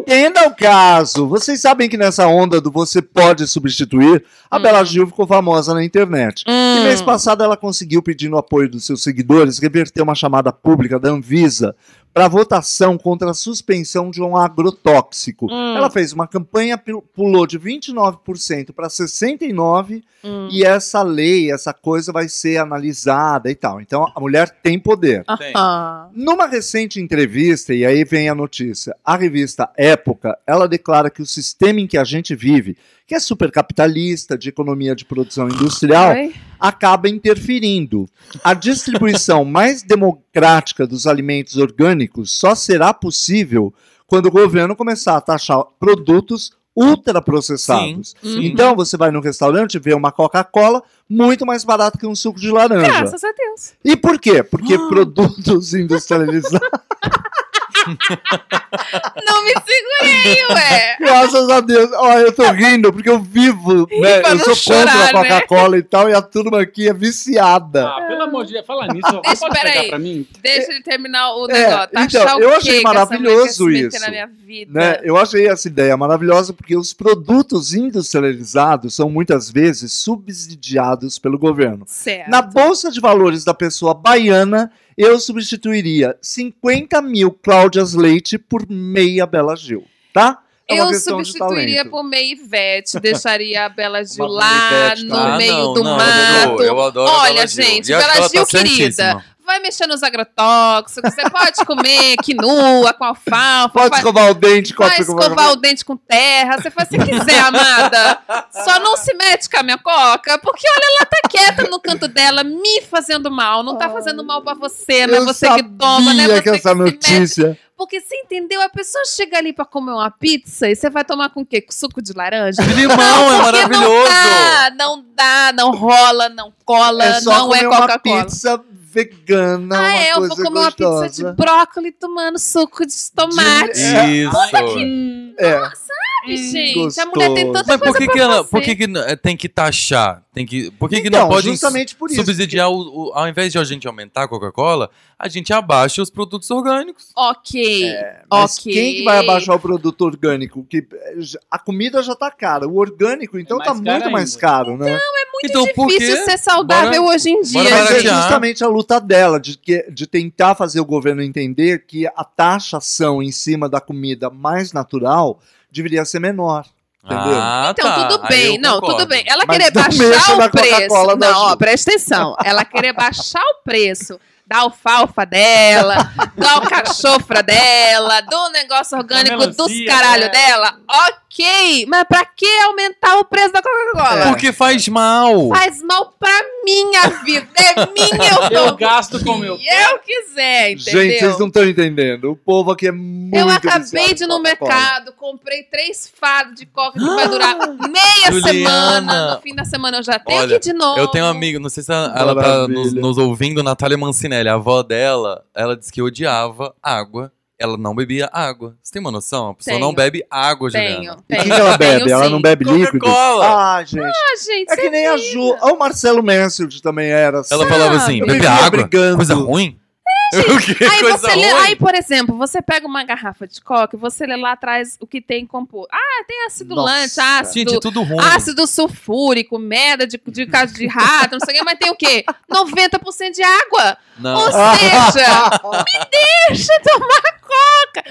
Speaker 3: Entenda o caso. Vocês sabem que nessa onda do você pode substituir, a
Speaker 6: Hum.
Speaker 3: Bela Gil ficou famosa na internet. E mês
Speaker 6: Hum,
Speaker 3: passado ela conseguiu, pedindo apoio dos seus seguidores, reverter uma chamada pública da Anvisa para votação contra a suspensão de um agrotóxico.
Speaker 6: Hum.
Speaker 3: Ela fez uma campanha, pil- pulou de 29% para 69%,
Speaker 6: hum.
Speaker 3: e essa lei, essa coisa vai ser analisada e tal. Então a mulher tem poder.
Speaker 5: Ah,
Speaker 6: Aham.
Speaker 3: Numa recente entrevista, e aí vem a notícia, a revista Época, ela declara que o sistema em que a gente vive, que é supercapitalista, de economia de produção industrial,
Speaker 6: Oi?
Speaker 3: acaba interferindo. A distribuição mais democrática dos alimentos orgânicos só será possível quando o governo começar a taxar produtos ultraprocessados.
Speaker 5: Sim.
Speaker 6: Uhum.
Speaker 3: Então você vai num restaurante e vê uma Coca-Cola muito mais barato que um suco de laranja.
Speaker 6: Graças Ah. a Deus.
Speaker 3: E por quê? Porque produtos industrializados,
Speaker 6: Não me segurei, ué.
Speaker 3: graças a Deus. Ó, eu tô rindo porque eu vivo, né?
Speaker 6: pra
Speaker 3: Eu
Speaker 6: não
Speaker 3: sou contra a
Speaker 6: chorar, né?
Speaker 3: Coca-Cola e tal, e a turma aqui é viciada.
Speaker 4: Ah, pelo amor de Deus, fala nisso, você
Speaker 6: Deixa-
Speaker 4: pode
Speaker 6: pera
Speaker 4: pegar
Speaker 6: aí.
Speaker 4: pra mim?
Speaker 6: Deixa ele terminar o
Speaker 3: É,
Speaker 6: negócio. Tá
Speaker 3: então,
Speaker 6: Achar o
Speaker 3: eu
Speaker 6: quê
Speaker 3: achei
Speaker 6: que essa
Speaker 3: maravilhoso
Speaker 6: mulher quer se meter
Speaker 3: isso,
Speaker 6: Na minha vida.
Speaker 3: Né? Eu achei essa ideia maravilhosa porque os produtos industrializados são muitas vezes subsidiados pelo governo.
Speaker 6: Certo.
Speaker 3: Na bolsa de valores da pessoa baiana, eu substituiria 50 mil Cláudias Leite por meia Bela Gil, tá? É uma
Speaker 6: eu
Speaker 3: questão de
Speaker 6: substituiria
Speaker 3: talento.
Speaker 6: por meia Ivete, deixaria a Bela Gil
Speaker 3: Uma
Speaker 6: lá
Speaker 3: Ivete,
Speaker 6: no
Speaker 3: tá?
Speaker 5: Ah,
Speaker 6: meio
Speaker 5: não,
Speaker 6: do
Speaker 5: não, Eu,
Speaker 6: mato.
Speaker 5: eu adoro a
Speaker 6: Olha,
Speaker 5: Bela Gil.
Speaker 6: gente,
Speaker 5: E acho
Speaker 6: Bela
Speaker 5: que ela tá
Speaker 6: Gil,
Speaker 5: certíssima.
Speaker 6: Vai mexer nos agrotóxicos, você pode comer quinua com alfalfa,
Speaker 3: Pode
Speaker 6: vai,
Speaker 3: escovar o dente,
Speaker 6: vai
Speaker 3: Copa,
Speaker 6: escovar o dente com terra, você faz o que quiser, amada. Só não se mete com a minha coca, porque olha, ela tá quieta no canto dela, me fazendo mal. Não tá fazendo mal pra você, não é
Speaker 3: Eu
Speaker 6: você que toma, não é
Speaker 3: sabia
Speaker 6: você
Speaker 3: que essa
Speaker 6: se mete.
Speaker 3: notícia.
Speaker 6: Porque você entendeu? A pessoa chega ali pra comer uma pizza e você vai tomar com o quê? Com suco de laranja?
Speaker 5: De Limão é
Speaker 6: Porque Não tá.
Speaker 5: maravilhoso.
Speaker 6: dá, não dá, não rola, não cola,
Speaker 3: É só
Speaker 6: não
Speaker 3: comer
Speaker 6: é
Speaker 3: uma
Speaker 6: Coca-Cola.
Speaker 3: pizza vegana,
Speaker 6: Ah,
Speaker 3: uma
Speaker 6: é, eu
Speaker 3: coisa
Speaker 6: vou comer uma pizza
Speaker 3: gostosa.
Speaker 6: de brócolis tomando suco de tomate.
Speaker 5: Isso.
Speaker 3: É,
Speaker 6: Sabe, gente?
Speaker 3: gostoso.
Speaker 6: A mulher tem tanta
Speaker 5: Mas por
Speaker 6: coisa
Speaker 5: que,
Speaker 6: pra
Speaker 5: que ela,
Speaker 6: fazer.
Speaker 5: por que, que n- eh, tem que taxar? Tem que, por que, que
Speaker 3: Então,
Speaker 5: não pode
Speaker 3: justamente por isso.
Speaker 5: subsidiar, o, o- ao invés de a gente aumentar a Coca-Cola, a gente abaixa os produtos orgânicos?
Speaker 6: Ok,
Speaker 3: É, Mas
Speaker 6: ok.
Speaker 3: quem que vai abaixar o produto orgânico? Que eh, j- a comida já tá cara, o orgânico então
Speaker 4: É
Speaker 3: tá
Speaker 4: mais caro
Speaker 3: muito mais
Speaker 4: ainda.
Speaker 3: caro, né?
Speaker 5: então, por
Speaker 6: Difícil
Speaker 5: quê?
Speaker 6: ser saudável
Speaker 5: Bora-
Speaker 6: hoje em
Speaker 5: bora
Speaker 6: dia.
Speaker 3: Mas é
Speaker 6: gente.
Speaker 5: baratear.
Speaker 3: justamente a luta dela de, que- de tentar fazer o governo entender que a taxação em cima da comida mais natural deveria ser menor. Entendeu?
Speaker 5: Ah,
Speaker 6: Então,
Speaker 5: tá.
Speaker 6: tudo
Speaker 5: Aí
Speaker 6: bem.
Speaker 5: eu
Speaker 6: Não,
Speaker 5: concordo.
Speaker 6: tudo bem. Ela
Speaker 3: Mas
Speaker 6: querer
Speaker 3: não mexa
Speaker 6: baixar
Speaker 3: na
Speaker 6: o preço.
Speaker 3: Coca-Cola da
Speaker 6: Não, ó,
Speaker 3: Ju.
Speaker 6: presta atenção. Ela querer baixar o preço da alfalfa dela, da alcachofra dela, do negócio orgânico dos
Speaker 4: melancia
Speaker 6: caralho dela.
Speaker 4: dela.
Speaker 6: Ok, mas pra que aumentar o preço da Coca-Cola?
Speaker 3: É.
Speaker 5: Porque faz mal.
Speaker 6: Faz mal pra minha vida. É minha, eu
Speaker 4: Eu
Speaker 6: tomo.
Speaker 4: gasto com o meu.
Speaker 6: E eu quiser, entendeu?
Speaker 3: Gente, vocês não estão entendendo. O povo aqui é muito.
Speaker 6: Eu acabei
Speaker 3: viciado
Speaker 6: de ir
Speaker 3: em
Speaker 6: no
Speaker 3: Coca-Cola.
Speaker 6: mercado, comprei três fados de coca que vai durar meia
Speaker 5: Ah! Juliana.
Speaker 6: semana. No fim da semana eu já tenho
Speaker 5: Olha,
Speaker 6: que ir de novo.
Speaker 5: Eu tenho um amigo, não sei se ela, ela tá
Speaker 3: Maravilha.
Speaker 5: nos, nos ouvindo, Natália Mancinelli, a avó dela, ela disse que odiava água. Ela não bebia água. Você tem uma noção? A pessoa não
Speaker 6: Tenho.
Speaker 5: bebe água, Juliana.
Speaker 6: Tenho,
Speaker 3: O
Speaker 6: tenho.
Speaker 3: que, que ela bebe?
Speaker 6: Tenho,
Speaker 3: ela
Speaker 6: sim.
Speaker 3: não bebe líquido?
Speaker 5: Coca-Cola.
Speaker 3: Ah, gente.
Speaker 6: Ah, gente,
Speaker 3: é que nem a Ju. Ah, o Marcelo Mansfield também era assim.
Speaker 5: Ela falava assim,
Speaker 3: Eu
Speaker 5: bebe
Speaker 3: vivia
Speaker 5: água?
Speaker 3: brigando.
Speaker 6: é.
Speaker 5: Coisa ruim? O quê?
Speaker 6: Aí,
Speaker 5: Coisa
Speaker 6: você lê,
Speaker 5: ruim?
Speaker 6: aí, por exemplo, você pega uma garrafa de coca e você lê lá atrás o que tem em compor. Ah, tem acidulante,
Speaker 3: Nossa.
Speaker 6: ácido.
Speaker 5: Gente, é tudo ruim.
Speaker 6: Ácido sulfúrico, merda de, de caso de rato, não sei o que, mas tem o quê? 90% de água.
Speaker 5: Não,
Speaker 6: Ou seja, deixa eu tomar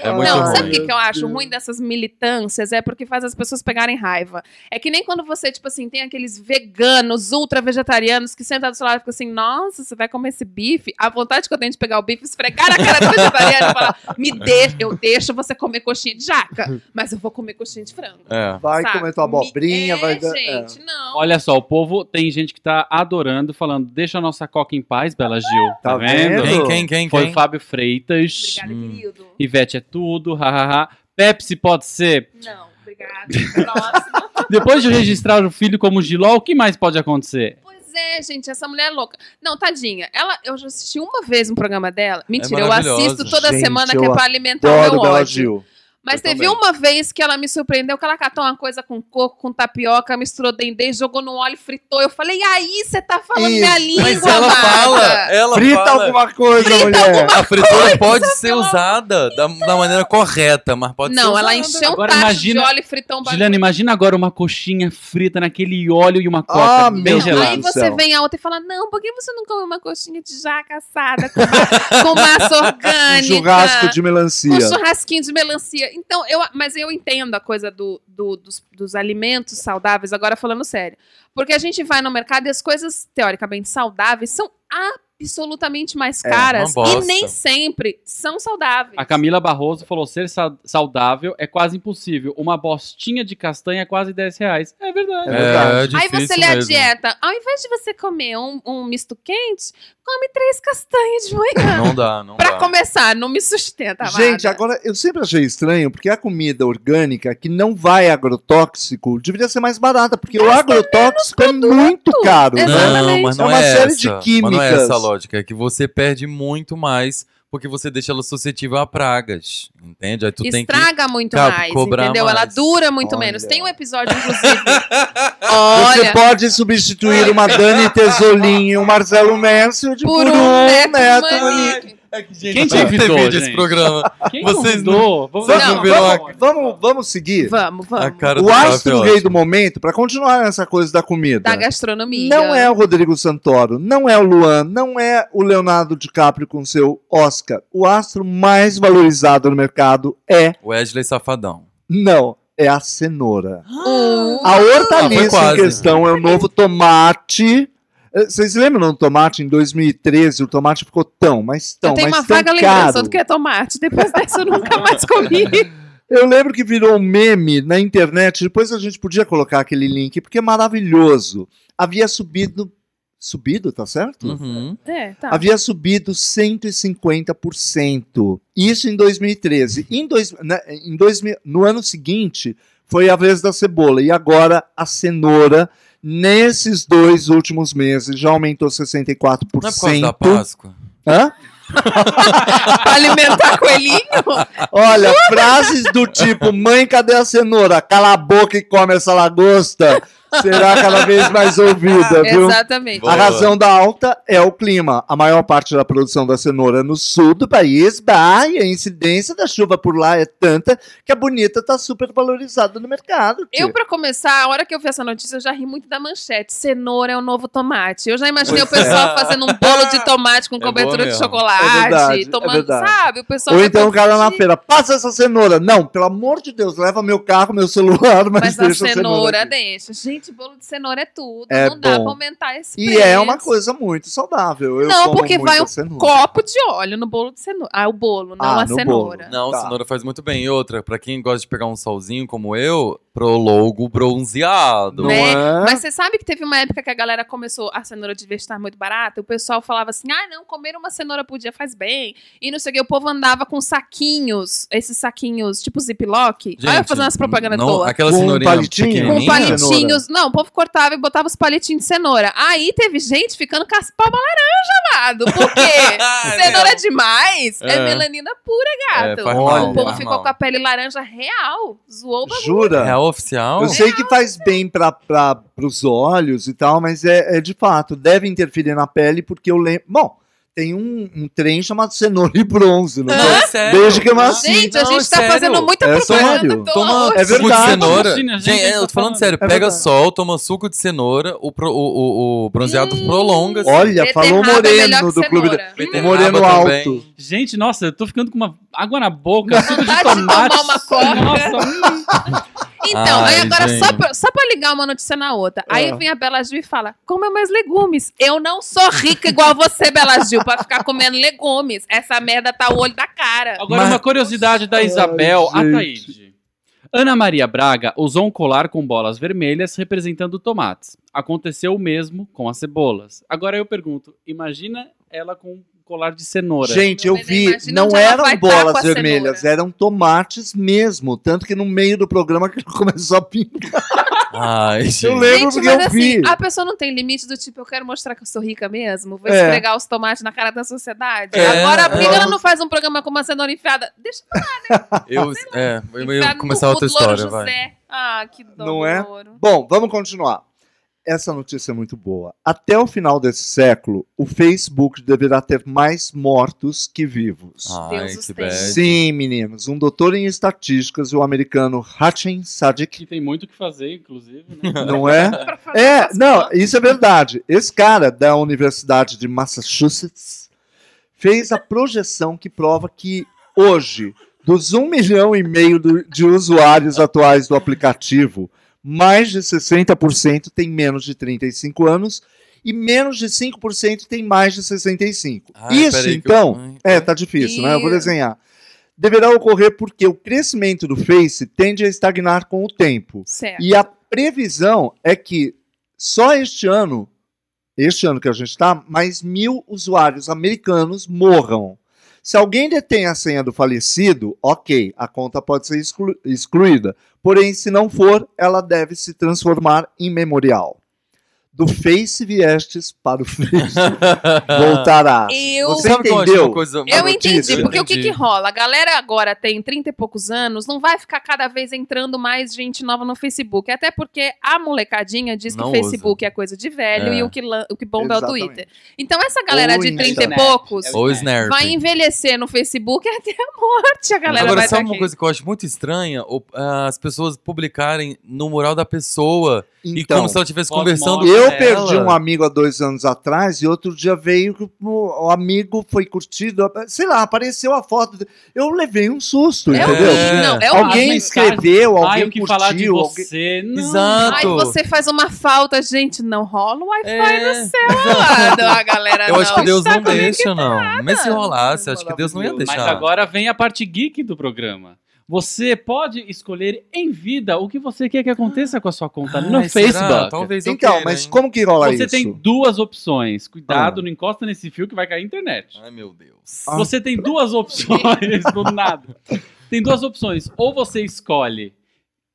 Speaker 5: é muito
Speaker 6: não,
Speaker 5: ruim.
Speaker 6: sabe o que, que eu acho
Speaker 3: Deus.
Speaker 6: ruim dessas militâncias? É porque faz as pessoas pegarem raiva. É que nem quando você, tipo assim, tem aqueles veganos, ultra-vegetarianos que sentam do seu lado e ficam assim, nossa, você vai comer esse bife? A vontade que eu tenho de pegar o bife, esfregar na cara do vegetariano e falar, me deixa, eu deixo você comer coxinha de jaca, mas eu vou comer coxinha de frango.
Speaker 5: É.
Speaker 3: Vai
Speaker 6: sabe?
Speaker 3: comer tua
Speaker 6: Me-
Speaker 3: abobrinha,
Speaker 6: é,
Speaker 3: vai dar. é.
Speaker 6: gente, não.
Speaker 4: Olha só, o povo tem gente que tá adorando, falando, deixa a nossa coca em paz, Bela Gil. Tá,
Speaker 3: Tá
Speaker 4: vendo?
Speaker 3: vendo?
Speaker 5: Quem, quem, quem,
Speaker 4: Foi
Speaker 5: quem?
Speaker 4: Fábio Freitas.
Speaker 6: Obrigada,
Speaker 5: Hum.
Speaker 6: querido.
Speaker 4: Ivete é tudo, hahaha. Pepsi pode ser.
Speaker 6: Não, obrigada. Próximo.
Speaker 4: Depois de registrar o filho como Giló, o que mais pode acontecer?
Speaker 6: Pois é, gente, essa mulher é louca. Não, tadinha. Ela, eu já assisti uma vez um programa dela.
Speaker 5: É
Speaker 6: Mentira, eu
Speaker 5: maravilhosa.
Speaker 6: assisto toda
Speaker 3: Gente,
Speaker 6: semana que
Speaker 3: eu
Speaker 6: é pra alimentar o
Speaker 3: Adoro
Speaker 6: meu
Speaker 3: Bela
Speaker 6: ódio.
Speaker 3: Gil.
Speaker 6: Mas
Speaker 5: Eu
Speaker 6: teve
Speaker 5: também.
Speaker 6: uma vez que ela me surpreendeu, que ela catou uma coisa com coco, com tapioca, misturou dendê, jogou no óleo, fritou. Eu falei, e aí você tá falando
Speaker 3: Isso.
Speaker 6: minha
Speaker 3: Mas
Speaker 6: língua,
Speaker 5: Mas ela
Speaker 6: amada?"
Speaker 5: fala, É, ela
Speaker 3: Frita
Speaker 5: fala.
Speaker 3: alguma coisa, mulher.
Speaker 5: A fritura pode ser usada da, da maneira correta, mas pode ser
Speaker 6: Não,
Speaker 5: usada.
Speaker 6: ela encheu um
Speaker 4: Agora
Speaker 6: tacho
Speaker 4: imagina-
Speaker 6: de óleo e fritou um bagulho.
Speaker 4: Juliana, imagina agora uma coxinha frita naquele óleo e uma coca
Speaker 3: Ah,
Speaker 4: bem
Speaker 3: meu
Speaker 6: Não,
Speaker 4: gelada.
Speaker 6: aí
Speaker 3: do
Speaker 6: você
Speaker 3: céu.
Speaker 6: vem a outra e fala: Não, por que você não come uma coxinha de jaca assada com, ma- com massa
Speaker 3: Um
Speaker 6: orgânica?
Speaker 3: churrasco de melancia.
Speaker 6: Um churrasquinho de melancia. Então, eu, mas eu entendo a coisa do, do- dos, dos alimentos saudáveis, agora falando sério. Porque a gente vai no mercado e as coisas teoricamente saudáveis são absolutamente mais
Speaker 3: É,
Speaker 6: caras
Speaker 5: uma
Speaker 6: e
Speaker 5: bosta. é
Speaker 6: nem sempre são saudáveis.
Speaker 4: A Camila Barroso falou: ser sa- saudável é quase impossível. Uma bostinha de castanha é quase 10 reais. É verdade.
Speaker 3: É verdade.
Speaker 6: Aí você lê a
Speaker 5: mesmo.
Speaker 6: dieta. Ao invés de você comer um, um misto quente, come três castanhas de manhã.
Speaker 5: Não dá, não
Speaker 6: Pra
Speaker 5: dá.
Speaker 6: começar, não me sustenta,
Speaker 3: Gente,
Speaker 6: amada.
Speaker 3: agora eu sempre achei estranho, porque a comida orgânica que não vai agrotóxico deveria ser mais barata, porque o agrotóxico é muito caro, né?
Speaker 5: Não,
Speaker 6: Exatamente.
Speaker 5: mas não
Speaker 3: É
Speaker 5: é,
Speaker 3: uma série de
Speaker 5: essa. Mas não é essa a
Speaker 3: químicas.
Speaker 5: lógica. É que você perde muito mais porque você deixa ela suscetível a pragas. Entende? Aí tu tem que.
Speaker 6: Estraga muito
Speaker 5: cab-
Speaker 6: mais,
Speaker 5: cobrar
Speaker 6: entendeu? Ela
Speaker 5: mais.
Speaker 6: dura muito
Speaker 3: Olha.
Speaker 6: menos. Tem um episódio, inclusive.
Speaker 3: Você
Speaker 6: Olha,
Speaker 3: pode substituir uma Dani Tesolinho e um Marcelo Mércio de
Speaker 6: por um neto, Manique.
Speaker 4: Quem te
Speaker 5: Não tem
Speaker 4: invitou,
Speaker 5: vídeo
Speaker 4: gente?
Speaker 3: assim?
Speaker 5: esse programa?
Speaker 4: Quem
Speaker 5: Vocês
Speaker 4: convidou? Vamos
Speaker 5: Vocês
Speaker 6: não
Speaker 5: viram a-
Speaker 3: Vamos, vamos seguir?
Speaker 6: Vamos,
Speaker 5: A
Speaker 6: vamos.
Speaker 5: cara
Speaker 3: O
Speaker 5: do
Speaker 3: astro
Speaker 5: Rafael, é
Speaker 3: rei
Speaker 5: ótimo.
Speaker 3: do momento, pra continuar nessa coisa da comida.
Speaker 6: Da gastronomia.
Speaker 3: Não é o Rodrigo Santoro, não é o Luan, não é o Leonardo DiCaprio com seu Oscar. O astro mais valorizado no mercado é,
Speaker 5: Wesley Safadão.
Speaker 3: não, é a cenoura.
Speaker 6: Uh,
Speaker 3: A
Speaker 5: Ah, foi
Speaker 3: hortaliça em
Speaker 5: quase.
Speaker 3: questão é o novo tomate. Eh, Vocês lembram do tomate em 2013? O tomate ficou tão, mas tão,
Speaker 6: eu tenho
Speaker 3: mas
Speaker 6: uma
Speaker 3: tão
Speaker 6: vaga lembrança
Speaker 3: caro.
Speaker 6: do que é tomate. Depois dessa eu nunca mais comi.
Speaker 3: Eu lembro que virou um meme na internet. Depois a gente podia colocar aquele link, porque é maravilhoso. Havia subido. Subido, tá certo?
Speaker 5: Uhum.
Speaker 6: É, tá.
Speaker 3: Havia subido 150%. Isso em 2013. Em dois, né, em 2000 no ano seguinte, foi a vez da cebola. E agora a cenoura, nesses dois últimos meses, já aumentou 64%.
Speaker 5: Não é por causa da Páscoa.
Speaker 3: Hã?
Speaker 6: pra alimentar coelhinho?
Speaker 3: Olha, frases do tipo: mãe, cadê a cenoura? Cala a boca e come essa lagosta. Será cada vez mais ouvida, viu?
Speaker 6: Exatamente.
Speaker 5: Boa.
Speaker 3: A razão da alta é o clima. A maior parte da produção da cenoura é no sul do país, bah, e a incidência da chuva por lá é tanta que a bonita tá super valorizada no mercado. tia.
Speaker 6: Eu, pra começar, a hora que eu vi essa notícia, eu já ri muito da manchete. Cenoura é o novo tomate. Eu já imaginei o pessoal fazendo um bolo de tomate com
Speaker 5: É boa
Speaker 6: cobertura de
Speaker 5: mesmo.
Speaker 6: chocolate,
Speaker 3: É verdade, é
Speaker 6: tomando,
Speaker 3: verdade.
Speaker 6: sabe? O pessoal
Speaker 3: Ou
Speaker 6: vai
Speaker 3: então o cara na
Speaker 6: curtir.
Speaker 3: feira, passa essa cenoura. Não, pelo amor de Deus, leva meu carro, meu celular, mas,
Speaker 6: Mas a
Speaker 3: deixa
Speaker 6: cenoura,
Speaker 3: a cenoura aqui.
Speaker 6: deixa. Gente, bolo de cenoura é tudo.
Speaker 3: É
Speaker 6: não dá
Speaker 3: bom.
Speaker 6: pra aumentar esse
Speaker 3: E
Speaker 6: preço.
Speaker 3: é uma coisa muito saudável. Eu
Speaker 6: Não,
Speaker 3: como
Speaker 6: porque vai
Speaker 3: muita
Speaker 6: um
Speaker 3: cenoura.
Speaker 6: copo de óleo no bolo de cenoura. Ah, o bolo, não
Speaker 3: Ah,
Speaker 6: a
Speaker 3: no
Speaker 6: cenoura.
Speaker 3: bolo.
Speaker 5: Não,
Speaker 3: Tá.
Speaker 5: cenoura faz muito bem. E outra, pra quem gosta de pegar um solzinho como eu, prologo bronzeado.
Speaker 3: Não
Speaker 6: Né?
Speaker 3: é?
Speaker 6: Mas você sabe que teve uma época que a galera começou a cenoura devia estar muito barata, e o pessoal falava assim: ah, não, comer uma cenoura por dia faz bem. E não sei o que, o povo andava com saquinhos, esses saquinhos tipo ziplock. Olha eu
Speaker 5: Gente,
Speaker 6: fazendo as propagandas
Speaker 5: não-
Speaker 6: toa.
Speaker 5: Aquela
Speaker 3: Com um
Speaker 5: cenourinha
Speaker 3: palitinho? Com
Speaker 6: Com
Speaker 5: pequenininha.
Speaker 6: palitinhos. Não, o povo cortava e botava os palitinhos de cenoura. Aí teve gente ficando com as palmas laranja, amado. Por quê? cenoura é demais. É,
Speaker 5: É.
Speaker 6: melanina pura, gato.
Speaker 5: É, faz
Speaker 3: Olha.
Speaker 5: mal,
Speaker 6: o povo
Speaker 5: faz
Speaker 6: ficou
Speaker 5: mal.
Speaker 6: com a pele laranja real. Zoou o bagulho.
Speaker 3: Jura?
Speaker 5: É oficial?
Speaker 3: Eu sei que faz bem para os olhos e tal, mas é, é de fato, deve interferir na pele, porque eu lembro. Bom, tem um, um trem chamado cenoura e bronze, não é?
Speaker 5: Não, é sério.
Speaker 3: Desde que eu nasci.
Speaker 6: Gente, a
Speaker 5: Não,
Speaker 6: gente
Speaker 5: é
Speaker 6: tá
Speaker 5: sério.
Speaker 6: fazendo muita
Speaker 3: É
Speaker 6: propaganda
Speaker 3: sério.
Speaker 6: toda
Speaker 5: Toma
Speaker 6: hoje.
Speaker 3: É
Speaker 5: suco de
Speaker 3: verdade.
Speaker 5: cenoura.
Speaker 4: Patrocina a gente,
Speaker 5: Gente,
Speaker 4: eu tô
Speaker 5: eu tô falando
Speaker 4: falando.
Speaker 5: sério.
Speaker 3: É
Speaker 5: pega
Speaker 3: verdade.
Speaker 5: sol, toma suco de cenoura, o, pro- o- o- o bronzeado
Speaker 6: Hum.
Speaker 5: prolonga. assim.
Speaker 3: Olha,
Speaker 6: Beterraba
Speaker 3: falou o
Speaker 6: é melhor
Speaker 3: Moreno
Speaker 6: que
Speaker 3: do Clube.
Speaker 6: cenoura.
Speaker 3: da-
Speaker 5: Beterraba
Speaker 3: Moreno
Speaker 5: também.
Speaker 3: Alto.
Speaker 4: Gente, nossa, eu tô ficando com uma água na boca, suco de
Speaker 6: vontade de
Speaker 4: tomate.
Speaker 6: tomar uma coca.
Speaker 4: Nossa, hum.
Speaker 6: Então,
Speaker 5: Ai,
Speaker 6: aí agora só
Speaker 5: gente.
Speaker 6: pra, só pra ligar uma notícia na outra. Aí
Speaker 3: Ah.
Speaker 6: vem a Bela Gil e fala: coma mais legumes. Eu não sou rica igual você, Bela Gil, pra ficar comendo legumes. Essa merda tá o olho da cara.
Speaker 4: Agora,
Speaker 5: Mas-
Speaker 4: uma curiosidade da Isabel Ah,
Speaker 3: Ai, gente.
Speaker 4: Ataíde. Ana Maria Braga usou um colar com bolas vermelhas representando tomates. Aconteceu o mesmo com as cebolas. Agora eu pergunto, imagina ela com um colar de cenoura.
Speaker 3: Gente, eu
Speaker 6: Mas
Speaker 3: vi,
Speaker 6: imagina
Speaker 3: não
Speaker 6: onde ela
Speaker 3: eram
Speaker 6: vai tá com
Speaker 3: bolas
Speaker 6: a
Speaker 3: vermelhas,
Speaker 6: cenoura.
Speaker 3: eram tomates mesmo. Tanto que no meio do programa que começou a pintar.
Speaker 5: Ai, gente.
Speaker 3: Eu lembro
Speaker 6: Gente,
Speaker 3: porque
Speaker 6: mas
Speaker 3: eu
Speaker 6: assim,
Speaker 3: vi.
Speaker 6: a pessoa não tem limite do tipo, eu quero mostrar que eu sou rica mesmo, vou
Speaker 3: É.
Speaker 6: esfregar os tomates na cara da sociedade.
Speaker 5: É,
Speaker 6: Agora, por que
Speaker 5: é.
Speaker 6: ela não faz um programa com uma cenoura enfiada? Deixa
Speaker 5: Eu, é, eu
Speaker 6: enfiar
Speaker 5: ia
Speaker 6: Tá no
Speaker 5: começar
Speaker 6: cu
Speaker 5: outra
Speaker 6: do Louro
Speaker 5: história, vai.
Speaker 6: José. Ah, que dó
Speaker 3: Não
Speaker 6: do
Speaker 3: é?
Speaker 6: Louro.
Speaker 3: Bom, vamos continuar. Essa notícia é muito boa. Até o final desse século, o Facebook deverá ter mais mortos que vivos.
Speaker 5: Ai,
Speaker 6: Deus os
Speaker 5: que
Speaker 6: tenha.
Speaker 5: bad.
Speaker 3: Sim, meninos. Um doutor em estatísticas, o americano Hachem Sadik,
Speaker 4: Que tem muito o que fazer, inclusive. Né?
Speaker 3: não é? É, não, isso é verdade. Esse cara da Universidade de Massachusetts fez a projeção que prova que hoje, dos 1 milhão e meio do- de usuários atuais do aplicativo, mais de 60% tem menos de 35 anos e menos de 5% tem mais de 65.
Speaker 5: Ai,
Speaker 3: Isso,
Speaker 5: peraí que eu-
Speaker 3: então,
Speaker 5: Ai,
Speaker 3: é, tá difícil, né? Eu vou desenhar. Deverá ocorrer porque o crescimento do Face tende a estagnar com o tempo.
Speaker 6: Certo.
Speaker 3: E a previsão é que só este ano, este ano que a gente está, mais mil usuários americanos morram. Se alguém detém a senha do falecido, ok, a conta pode ser exclu- excluída. Porém, se não for, ela deve se transformar em memorial. Do Face viestes para o Face voltará.
Speaker 6: Eu,
Speaker 3: Você
Speaker 5: Sabe que eu acho
Speaker 3: entendeu?
Speaker 5: uma coisa- uma
Speaker 6: eu
Speaker 5: notícia?
Speaker 6: entendi, porque o que, que
Speaker 5: Entendi.
Speaker 6: rola? A galera agora tem 30 e poucos anos, não vai ficar cada vez entrando mais gente nova no Facebook. Até porque a molecadinha diz que
Speaker 5: Não
Speaker 6: o Facebook é coisa de velho
Speaker 5: É.
Speaker 6: e o que, lan- o que bomba é o
Speaker 3: Exatamente.
Speaker 6: Twitter. Então essa galera
Speaker 3: Ou
Speaker 6: de 30 e
Speaker 7: internet.
Speaker 6: poucos
Speaker 7: É
Speaker 5: Ou Snarf.
Speaker 6: vai envelhecer no Facebook até a morte. A galera
Speaker 5: Agora,
Speaker 6: vai
Speaker 5: sabe
Speaker 6: tá
Speaker 5: uma
Speaker 6: aqui.
Speaker 5: coisa que eu acho muito estranha? O- ah, as pessoas publicarem no mural da pessoa e
Speaker 3: Então,
Speaker 5: como se ela estivesse
Speaker 4: foto
Speaker 5: conversando
Speaker 4: móvel.
Speaker 5: com
Speaker 3: eu
Speaker 5: ela.
Speaker 3: perdi um amigo há dois anos atrás e outro dia veio que o o amigo foi curtido, sei lá, apareceu a foto. de- Eu levei um susto,
Speaker 6: É
Speaker 3: entendeu?
Speaker 6: horrível. Não, é horrível.
Speaker 3: Alguém
Speaker 4: As
Speaker 3: escreveu,
Speaker 4: Ai,
Speaker 3: alguém
Speaker 4: o que
Speaker 3: curtiu.
Speaker 4: falar de
Speaker 3: alguém-
Speaker 4: você. Não.
Speaker 5: Exato.
Speaker 6: Ai, você faz uma falta, gente. Não rola o Wi-Fi
Speaker 5: É.
Speaker 6: no celular. a galera
Speaker 5: Eu acho
Speaker 6: É, não tá
Speaker 5: que Deus
Speaker 6: está
Speaker 5: não deixa, não. Mas se
Speaker 6: Não
Speaker 5: rolasse, acho que Deus não ia
Speaker 3: maravilhoso.
Speaker 5: deixar.
Speaker 4: Mas agora vem a parte geek do programa. Você pode escolher em vida o que você quer que aconteça com a sua conta
Speaker 5: Ai,
Speaker 4: tá no
Speaker 5: será?
Speaker 4: Facebook.
Speaker 5: Talvez eu
Speaker 3: Então,
Speaker 5: queira,
Speaker 3: mas
Speaker 6: né?
Speaker 5: hein?
Speaker 3: como que rola
Speaker 4: Você
Speaker 3: isso?
Speaker 4: tem duas opções. Cuidado,
Speaker 3: Ah.
Speaker 4: não encosta nesse fio que vai cair a internet.
Speaker 5: Ai, meu Deus.
Speaker 3: Ah.
Speaker 4: Você tem duas opções do nada. Tem duas opções. Ou você escolhe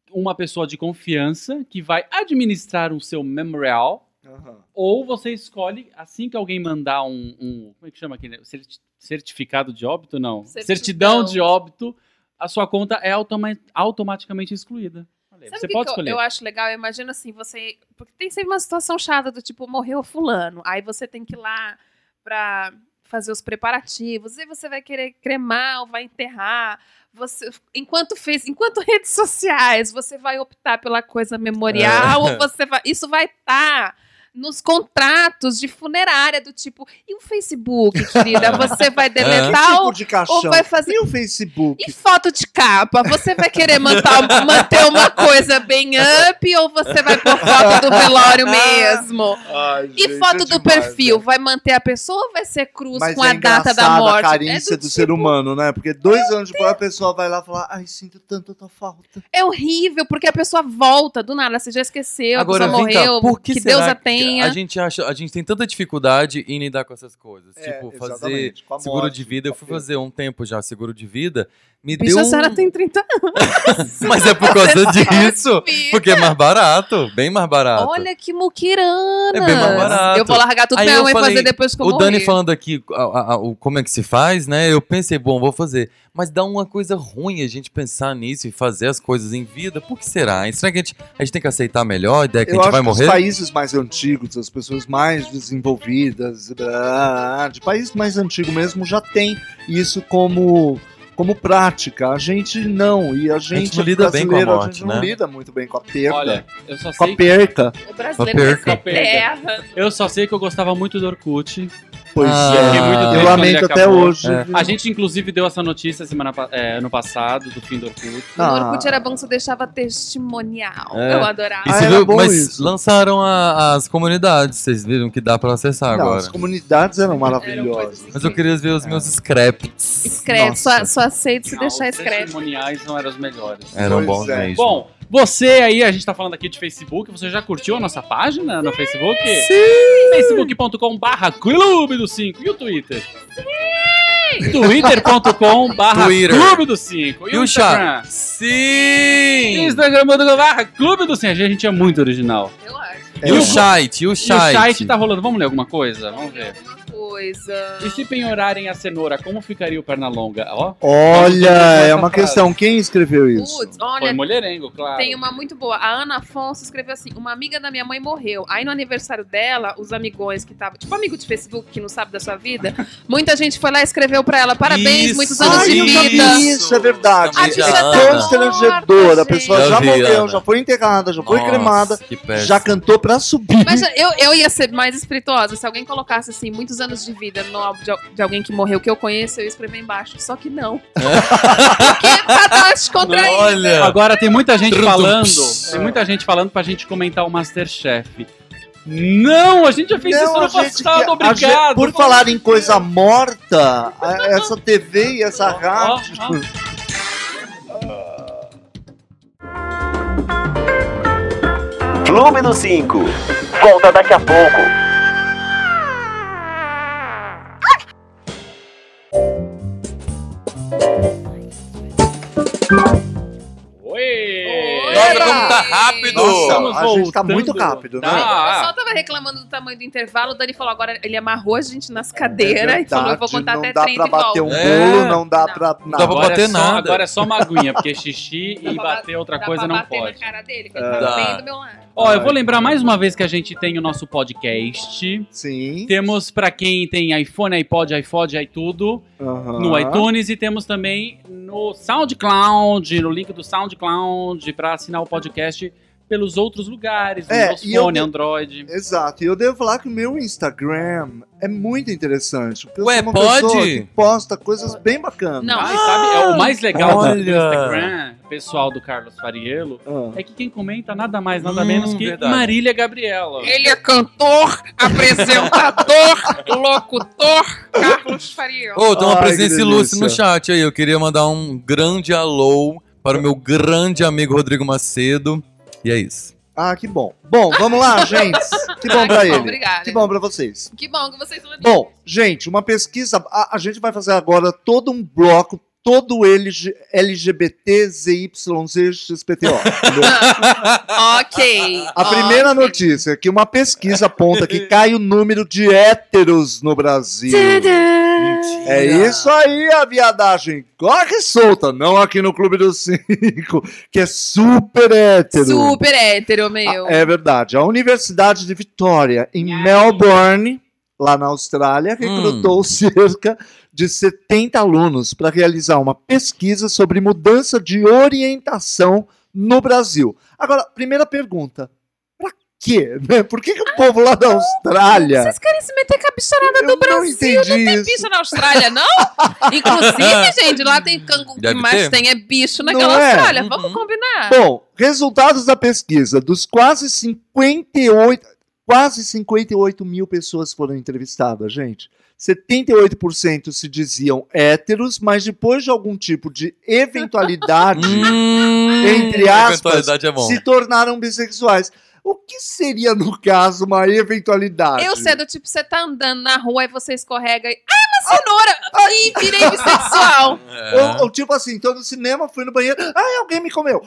Speaker 4: uma pessoa de confiança que vai administrar o seu memorial
Speaker 3: Aham.
Speaker 4: ou você escolhe, assim que alguém mandar um. um- como é que chama aquele? Certi- Certificado de óbito? Não.
Speaker 6: Certidão.
Speaker 4: Certidão de óbito, a sua conta é automa- automaticamente excluída. Olha,
Speaker 6: Sabe o
Speaker 4: você
Speaker 6: que
Speaker 4: pode
Speaker 6: que eu-
Speaker 4: escolher.
Speaker 6: Eu, acho legal, eu imagino assim, você. Porque tem sempre uma situação chata do tipo, morreu fulano. Aí você tem que ir lá pra fazer os preparativos. Aí você vai querer cremar ou vai enterrar. Você, enquanto fez, enquanto redes sociais, você vai optar pela coisa memorial,
Speaker 5: É.
Speaker 6: ou você vai. Isso vai estar. nos contratos de funerária do tipo, e o Facebook, querida? Você vai
Speaker 3: Que
Speaker 4: É.
Speaker 6: deletar
Speaker 3: tipo
Speaker 6: ou,
Speaker 3: de caixão?
Speaker 6: ou vai fazer
Speaker 3: E o Facebook?
Speaker 6: e foto de capa? Você vai querer manter, manter uma coisa bem up ou você vai pôr foto do velório mesmo? E foto do
Speaker 3: né?
Speaker 6: perfil? Vai manter a pessoa ou vai ser cruz
Speaker 3: é Mas
Speaker 6: com
Speaker 3: é
Speaker 6: a data da
Speaker 3: engraçado
Speaker 6: morte?
Speaker 3: a carícia
Speaker 6: é,
Speaker 3: do, ser humano, né? Porque dois anos depois a pessoa vai lá falar, ai, sinto tanto a tua falta.
Speaker 6: é horrível, porque a pessoa volta do nada, você já esqueceu, a
Speaker 5: Agora,
Speaker 6: pessoa
Speaker 5: vem cá,
Speaker 6: morreu,
Speaker 5: por
Speaker 6: que,
Speaker 5: que,
Speaker 6: Deus
Speaker 5: será
Speaker 6: a tenha.
Speaker 5: A gente, acha, a gente tem tanta dificuldade em lidar com essas coisas. tipo, fazer
Speaker 3: É, exatamente, com a
Speaker 5: seguro
Speaker 3: morte,
Speaker 5: de vida. Eu fui fazer um tempo já seguro de vida. Me
Speaker 6: Bicho,
Speaker 5: deu.
Speaker 6: a senhora
Speaker 5: um-
Speaker 6: tem 30 anos.
Speaker 5: Mas é por causa disso.
Speaker 6: Filho.
Speaker 5: Porque é mais barato. Bem mais barato.
Speaker 6: Olha que muquirana.
Speaker 5: É bem mais barato.
Speaker 6: Eu vou largar tudo
Speaker 5: Aí
Speaker 6: pra minha
Speaker 5: eu
Speaker 6: mãe fazer
Speaker 5: falei,
Speaker 6: depois que eu
Speaker 5: o Dani
Speaker 6: morrer.
Speaker 5: falando aqui a- a- a- o, como é que se faz, né? Eu pensei, bom, vou fazer. Mas dá uma coisa ruim a gente pensar nisso e fazer as coisas em vida. Por que será? hein? Será que a gente, a gente tem que aceitar melhor a ideia É que
Speaker 3: Eu
Speaker 5: a gente
Speaker 3: acho
Speaker 5: vai
Speaker 3: que
Speaker 5: morrer?
Speaker 3: os países mais antigos, as pessoas mais desenvolvidas, blá, blá, blá, de país mais antigo mesmo, já tem isso como, como prática. A gente não. E a gente,
Speaker 5: não lida bem com a
Speaker 3: brasileiro,
Speaker 5: morte,
Speaker 3: gente não
Speaker 5: né?
Speaker 3: lida muito bem com a perda.
Speaker 4: Olha, eu só,
Speaker 3: com a
Speaker 4: sei,
Speaker 3: perca.
Speaker 6: O brasileiro
Speaker 5: Perca.
Speaker 6: vai ser terra.
Speaker 4: eu só sei que eu gostava muito do Orkut.
Speaker 6: Uhum.
Speaker 3: Pois
Speaker 5: Ah,
Speaker 3: é.
Speaker 5: eu fiquei muito
Speaker 3: eu
Speaker 5: triste
Speaker 3: lamento
Speaker 4: quando ele
Speaker 3: até
Speaker 4: acabou.
Speaker 3: hoje.
Speaker 5: É.
Speaker 3: viu?
Speaker 4: A gente, inclusive, deu essa notícia semana, pa- é, ano passado, do fim do Orkut.
Speaker 3: Ah.
Speaker 6: No Orkut era bom que você deixava testemunhal.
Speaker 5: É.
Speaker 6: Eu adorava.
Speaker 5: E
Speaker 3: Ah,
Speaker 5: você
Speaker 3: era
Speaker 5: viu-
Speaker 3: bom
Speaker 5: mas
Speaker 3: isso.
Speaker 5: lançaram a- as comunidades, vocês viram que dá pra acessar
Speaker 3: Não, as
Speaker 5: agora.
Speaker 3: comunidades eram
Speaker 6: Eram coisas
Speaker 3: maravilhosas.
Speaker 6: incríveis.
Speaker 5: Mas eu queria ver os meus scraps.
Speaker 6: Escreve,
Speaker 3: Nossa.
Speaker 6: só, só aceito se
Speaker 4: Não,
Speaker 6: deixar
Speaker 4: os
Speaker 6: escreve.
Speaker 4: cerimoniais não eram os melhores.
Speaker 5: Eram
Speaker 3: Pois
Speaker 5: bons
Speaker 3: é.
Speaker 5: mesmo.
Speaker 4: Bom, você aí, a gente tá falando aqui de Facebook, você já curtiu a nossa página no Facebook? Sim! facebook.com barra Clube do 5 e o Twitter? Sim! twitter.com barra
Speaker 5: Twitter.
Speaker 4: Clube do 5
Speaker 5: e o chá? Sim!
Speaker 4: Instagram.com barra Clube do 5 A gente é muito original.
Speaker 6: Eu acho.
Speaker 5: E
Speaker 3: É
Speaker 5: o site? E o
Speaker 4: E o site
Speaker 5: site?
Speaker 4: tá rolando, vamos ler alguma coisa? Vamos ver.
Speaker 6: Alguma coisa.
Speaker 4: E se penhorarem a cenoura, como ficaria o Pernalonga? Ó,
Speaker 3: Olha, é
Speaker 4: Essa
Speaker 3: uma
Speaker 4: frase.
Speaker 3: questão. Quem escreveu isso?
Speaker 6: Putz,
Speaker 4: foi
Speaker 6: olha,
Speaker 4: mulherengo, claro.
Speaker 6: tem uma muito boa. A Ana Afonso escreveu assim: Uma amiga da minha mãe morreu. Aí no aniversário dela, os amigões que estavam. Tipo, amigo de Facebook que não sabe da sua vida. Muita gente foi lá e escreveu pra ela: Parabéns,
Speaker 5: Isso,
Speaker 6: muitos anos de
Speaker 3: eu já vi
Speaker 6: vida.
Speaker 3: Isso, é verdade.
Speaker 5: A
Speaker 3: É
Speaker 5: bicha Ana.
Speaker 6: tá
Speaker 3: constrangedor.
Speaker 6: morta,
Speaker 3: A pessoa
Speaker 5: gente.
Speaker 3: já
Speaker 5: Eu vi,
Speaker 3: morreu,
Speaker 5: Ana.
Speaker 3: já foi enterrada, já foi
Speaker 5: Nossa,
Speaker 3: cremada,
Speaker 5: que péssimo.
Speaker 3: já cantou pra subir.
Speaker 6: Mas eu, eu ia ser mais espirituosa. Se alguém colocasse, assim, muitos anos de vida no álbum de, al- de alguém que morreu que eu conheço, eu ia escrever embaixo. Só que não. Porque tá tarde contra ele.
Speaker 5: Olha!
Speaker 4: Agora tem muita gente
Speaker 5: Trum, trum,
Speaker 4: falando,
Speaker 5: pss.
Speaker 4: tem muita gente falando pra gente comentar o MasterChef. Não, a gente já fez isso
Speaker 3: Não,
Speaker 4: no
Speaker 3: gente,
Speaker 4: passado,
Speaker 3: que- a
Speaker 4: obrigado.
Speaker 3: gente- por
Speaker 4: Vamos-
Speaker 3: falar em coisa morta, a- essa TV e essa
Speaker 4: Ó,
Speaker 3: rádio.
Speaker 4: ó.
Speaker 2: Clube do 5. Volta daqui a pouco.
Speaker 4: Oi!
Speaker 5: Nossa,
Speaker 3: Era!
Speaker 5: como tá rápido!
Speaker 3: Nossa,
Speaker 4: Estamos
Speaker 3: a gente tá
Speaker 4: voltando.
Speaker 3: muito rápido, né?
Speaker 4: Tá.
Speaker 6: O pessoal tava reclamando do tamanho do intervalo, o Dani falou agora ele amarrou a gente nas
Speaker 3: É
Speaker 6: cadeiras e
Speaker 3: verdade,
Speaker 6: falou: então eu vou contar
Speaker 3: não
Speaker 6: até
Speaker 3: dá
Speaker 6: 30
Speaker 3: pra
Speaker 6: e volto.
Speaker 3: bater um
Speaker 5: É.
Speaker 3: bolo, não dá pra
Speaker 5: dá pra
Speaker 3: nada.
Speaker 4: Agora
Speaker 5: bater
Speaker 4: é só-
Speaker 5: nada.
Speaker 4: Agora é só maguinha, porque xixi e
Speaker 6: Dá pra
Speaker 4: bater outra
Speaker 6: Dá
Speaker 4: coisa
Speaker 6: pra
Speaker 4: não
Speaker 6: bater
Speaker 4: pode.
Speaker 6: na cara dele,
Speaker 3: É.
Speaker 6: que ele tava
Speaker 5: Dá.
Speaker 6: bem do meu lado.
Speaker 4: Ó, eu vou lembrar mais uma vez que a gente tem o nosso podcast.
Speaker 3: Sim.
Speaker 4: Temos pra quem tem iPhone, iPod, iPod, iTudo,
Speaker 3: aham.
Speaker 5: Ah.
Speaker 4: no iTunes e temos também no SoundCloud, no link do SoundCloud pra assinar o podcast pelos outros lugares, no
Speaker 3: É,
Speaker 4: nosso
Speaker 3: e eu
Speaker 4: fone,
Speaker 3: de-
Speaker 4: Android.
Speaker 3: Exato, e eu devo falar que o meu Instagram é muito interessante. Porque eu
Speaker 5: Ué,
Speaker 3: sou uma
Speaker 5: pode?
Speaker 3: pessoa que posta coisas bem bacanas.
Speaker 6: Não.
Speaker 4: Ah, e sabe, é o mais legal do- do
Speaker 5: Olha!
Speaker 4: Instagram, pessoal do Carlos Fariello,
Speaker 3: Ah.
Speaker 4: é que quem comenta nada mais, nada
Speaker 5: Hum,
Speaker 4: menos que
Speaker 5: verdade.
Speaker 4: Marília Gabriela.
Speaker 6: Ele é cantor, apresentador, locutor, Carlos Faria.
Speaker 5: Ô, tem uma
Speaker 3: Ai,
Speaker 5: presença
Speaker 3: que
Speaker 5: ilustre no
Speaker 3: delícia.
Speaker 5: chat aí. Eu queria mandar um grande alô para o meu grande amigo Rodrigo Macedo. E é isso.
Speaker 3: Ah, que bom. Bom, vamos lá, gente. Que bom pra ele.
Speaker 6: Obrigada.
Speaker 3: Que bom pra vocês.
Speaker 6: Que bom que vocês estão
Speaker 3: Bom, gente, uma pesquisa. A, a gente vai fazer agora todo um bloco, todo LG, LGBT, ZYZ, XPTO. entendeu?
Speaker 6: Ok.
Speaker 3: A primeira notícia é que uma pesquisa aponta que cai o número de héteros no Brasil. É isso aí, a viadagem corre solta, não aqui no Clube dos Cinco, que é super hétero.
Speaker 6: Super hétero, meu.
Speaker 3: Ah, É verdade. A Universidade de Vitória, em Melbourne, lá na Austrália, recrutou cerca de 70 alunos para realizar uma pesquisa sobre mudança de orientação no Brasil. Agora, primeira pergunta. Pra quê? né? Por que, que o povo lá da Austrália...
Speaker 6: Vocês querem se meter com a bicharada
Speaker 3: Eu
Speaker 6: do
Speaker 3: não
Speaker 6: Brasil?
Speaker 3: entendi
Speaker 6: tem
Speaker 3: isso.
Speaker 6: bicho na Austrália, não? Inclusive, gente, lá tem cangu. O que
Speaker 5: Deve
Speaker 6: mais
Speaker 5: ter.
Speaker 6: tem é bicho naquela
Speaker 3: Não é?
Speaker 6: Austrália.
Speaker 5: Uhum.
Speaker 6: Vamos combinar.
Speaker 3: Bom, resultados da pesquisa. Dos quase 58, quase 58 mil pessoas foram entrevistadas, gente. 78% se diziam héteros, mas depois de algum tipo de eventualidade,
Speaker 5: Hum,
Speaker 3: entre
Speaker 5: a
Speaker 3: aspas,
Speaker 5: eventualidade é bom.
Speaker 3: se tornaram bissexuais. O que seria, no caso, uma eventualidade?
Speaker 6: Eu sei do tipo, você tá andando na rua e você escorrega e. Ah, uma cenoura! Ih,
Speaker 3: ah,
Speaker 6: virei bissexual!
Speaker 5: É.
Speaker 3: Ou, ou tipo assim, tô no cinema, fui no banheiro, ai, alguém me comeu.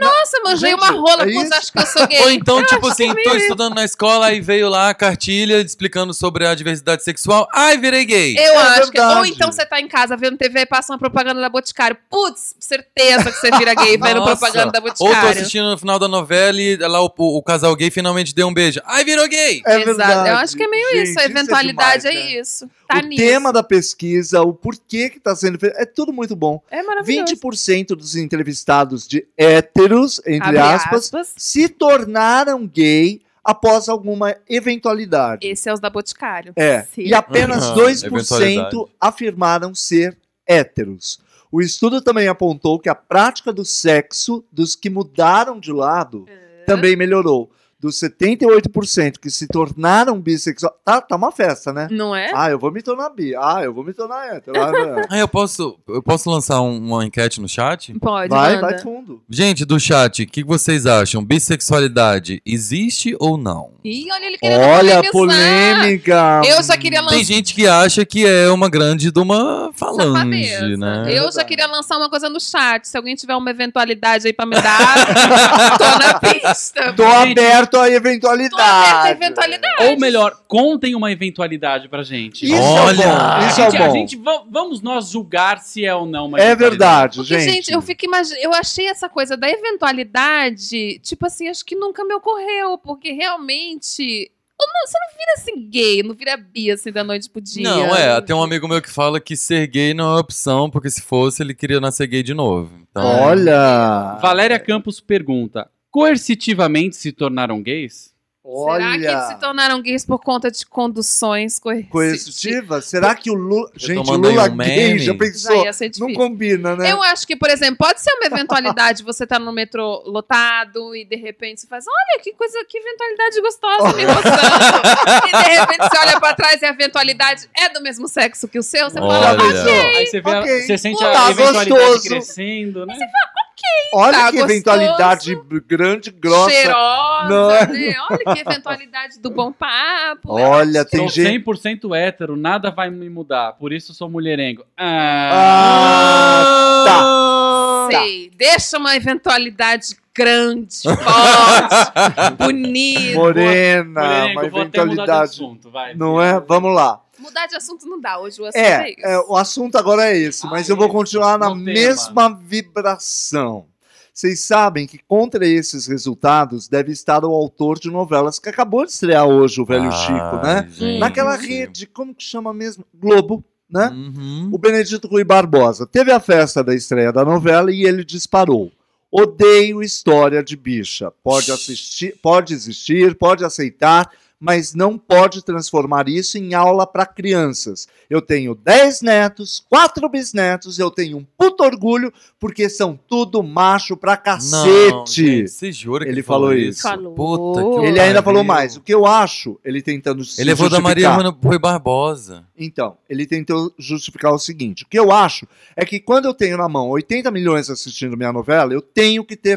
Speaker 6: Nossa, manjei uma
Speaker 3: Gente,
Speaker 6: rola,
Speaker 3: é
Speaker 6: pô,
Speaker 3: isso?
Speaker 6: acho que eu sou
Speaker 5: Ou
Speaker 6: gay.
Speaker 5: então, tipo assim, tô estudando na escola e veio lá a cartilha explicando sobre a diversidade sexual. Ai, virei gay.
Speaker 6: Eu
Speaker 3: É
Speaker 6: acho que. Ou
Speaker 3: verdade.
Speaker 6: então você tá em casa vendo TV e passa uma propaganda da Boticário. Putz, certeza que você vira gay vendo
Speaker 5: Nossa.
Speaker 6: propaganda da
Speaker 5: Ou tô
Speaker 6: Boticário.
Speaker 5: assistindo no final da novela e lá o, o- o casal gay finalmente deu um beijo. Ai, virou gay.
Speaker 3: É
Speaker 6: Exato.
Speaker 3: verdade.
Speaker 6: Eu acho que é meio
Speaker 3: Gente,
Speaker 6: isso. A eventualidade é,
Speaker 3: demais, né?
Speaker 6: isso. Tá
Speaker 3: o
Speaker 6: nisso.
Speaker 3: tema da pesquisa, o porquê que está sendo feito, é tudo muito bom.
Speaker 6: É maravilhoso.
Speaker 3: 20% dos entrevistados de héteros, entre
Speaker 6: Abre
Speaker 3: aspas, se tornaram gay após alguma eventualidade.
Speaker 6: Esse é os da Boticário.
Speaker 3: É.
Speaker 6: Sim.
Speaker 3: E apenas
Speaker 5: Aham,
Speaker 3: 2%
Speaker 5: eventualidade.
Speaker 3: afirmaram ser héteros. O estudo também apontou que a prática do sexo dos que mudaram de lado também melhorou. Dos 78% que se tornaram bissexuais. Tá, tá uma festa, né?
Speaker 6: Não é?
Speaker 3: Ah, eu vou me tornar bi. Ah, eu vou me tornar hétero. Ah,
Speaker 5: Ai, eu posso, eu posso lançar um- uma enquete no chat?
Speaker 6: Pode,
Speaker 3: vai,
Speaker 6: manda.
Speaker 3: vai fundo.
Speaker 5: Gente do chat, o que vocês acham? Bissexualidade existe ou não?
Speaker 6: Ih, olha ele querendo
Speaker 3: Olha a
Speaker 6: polemizar.
Speaker 3: polêmica.
Speaker 6: Eu só queria lançar.
Speaker 5: Tem gente que acha que é uma grande de uma falange,
Speaker 6: safadeza.
Speaker 5: né?
Speaker 6: Eu só
Speaker 3: verdade.
Speaker 6: queria lançar uma coisa no chat. Se alguém tiver uma eventualidade aí pra me dar, tô na pista.
Speaker 3: Tô aberto a eventualidade.
Speaker 6: Tô aberta a eventualidade.
Speaker 4: Ou melhor, contem uma eventualidade pra gente.
Speaker 3: Isso
Speaker 5: Olha,
Speaker 3: é bom. Isso
Speaker 4: a
Speaker 3: é
Speaker 4: gente, a
Speaker 3: bom.
Speaker 4: gente- va- vamos nós julgar se é ou não uma
Speaker 3: é verdade,
Speaker 4: eventualidade.
Speaker 6: Porque,
Speaker 3: gente.
Speaker 6: gente, eu fico imagin... eu achei essa coisa da eventualidade, tipo assim, acho que nunca me ocorreu, porque realmente. Ou não, você não vira assim gay, não vira bi assim da noite pro dia.
Speaker 5: Não, é. Tem um amigo meu que fala que ser gay não é opção, porque se fosse, ele queria nascer gay de novo. Então,
Speaker 3: Olha.
Speaker 4: Valéria Campos pergunta: coercitivamente se tornaram gays?
Speaker 3: Olha.
Speaker 6: Será que é eles se tornaram gays por conta de conduções tipo, coercitivas?
Speaker 3: coercitiva? Será que o Lula. Gente, o
Speaker 5: mandando
Speaker 3: Lula
Speaker 5: um
Speaker 3: gay
Speaker 5: meme.
Speaker 3: já
Speaker 6: Já
Speaker 3: pensou?
Speaker 6: ia ser é difícil. É um
Speaker 3: Não combina, né?
Speaker 6: Eu acho que, por exemplo, pode ser uma eventualidade você tá no metrô lotado e de repente você faz, olha que coisa, que eventualidade gostosa, me gostando. e de repente você olha pra trás e a eventualidade é do mesmo sexo que o seu, você
Speaker 5: Olha.
Speaker 6: fala, "Ah, ok,
Speaker 4: Aí você, vê a-
Speaker 3: Ok.
Speaker 4: você sente
Speaker 3: Tá
Speaker 4: a eventualidade
Speaker 3: gostoso.
Speaker 4: crescendo, né?
Speaker 3: Olha
Speaker 6: tá
Speaker 3: que eventualidade grande, grossa.
Speaker 6: cheirosa,
Speaker 3: Não.
Speaker 6: né? Olha que eventualidade do bom papo. né?
Speaker 3: Olha, tem
Speaker 4: Sou
Speaker 3: gente.
Speaker 4: 100% hétero, nada vai me mudar, por isso sou mulherengo.
Speaker 3: Ah, tá.
Speaker 6: Sei, deixa uma eventualidade grande, forte, bonita.
Speaker 3: Morena,
Speaker 4: mulherengo,
Speaker 3: uma
Speaker 4: vou até mudar de
Speaker 3: eventualidade.
Speaker 4: assunto, vai.
Speaker 3: Não é? Vamos lá.
Speaker 6: Mudar de assunto não dá, hoje o assunto é, isso.
Speaker 3: É, é, o assunto agora é esse,
Speaker 4: Ah,
Speaker 3: mas eu vou
Speaker 4: isso,
Speaker 3: continuar na
Speaker 4: no tema.
Speaker 3: mesma vibração. Vocês sabem que contra esses resultados deve estar o autor de novelas que acabou de estrear hoje, o
Speaker 5: Ah,
Speaker 3: Velho Chico, né? Naquela rede, como que chama mesmo? Globo, né?
Speaker 5: Uhum.
Speaker 3: O Benedito Rui Barbosa teve a festa da estreia da novela e ele disparou. Odeio história de bicha. Pode assistir, pode existir, pode aceitar, mas não pode transformar isso em aula para crianças. Eu tenho 10 netos, 4 bisnetos, eu tenho um puto orgulho porque são tudo macho pra
Speaker 5: Não,
Speaker 3: cacete.
Speaker 5: gente, você jura que
Speaker 3: Ele falou isso.
Speaker 6: Falou.
Speaker 5: Puta que
Speaker 3: ele ainda
Speaker 5: pariu.
Speaker 3: falou mais. O que eu acho, ele tentando se
Speaker 5: Ele levou da Maria
Speaker 3: justificar.
Speaker 5: Joana Rui Barbosa.
Speaker 3: Então, ele tentou justificar o seguinte: o que eu acho é que quando eu tenho na mão 80 milhões assistindo minha novela, eu tenho que ter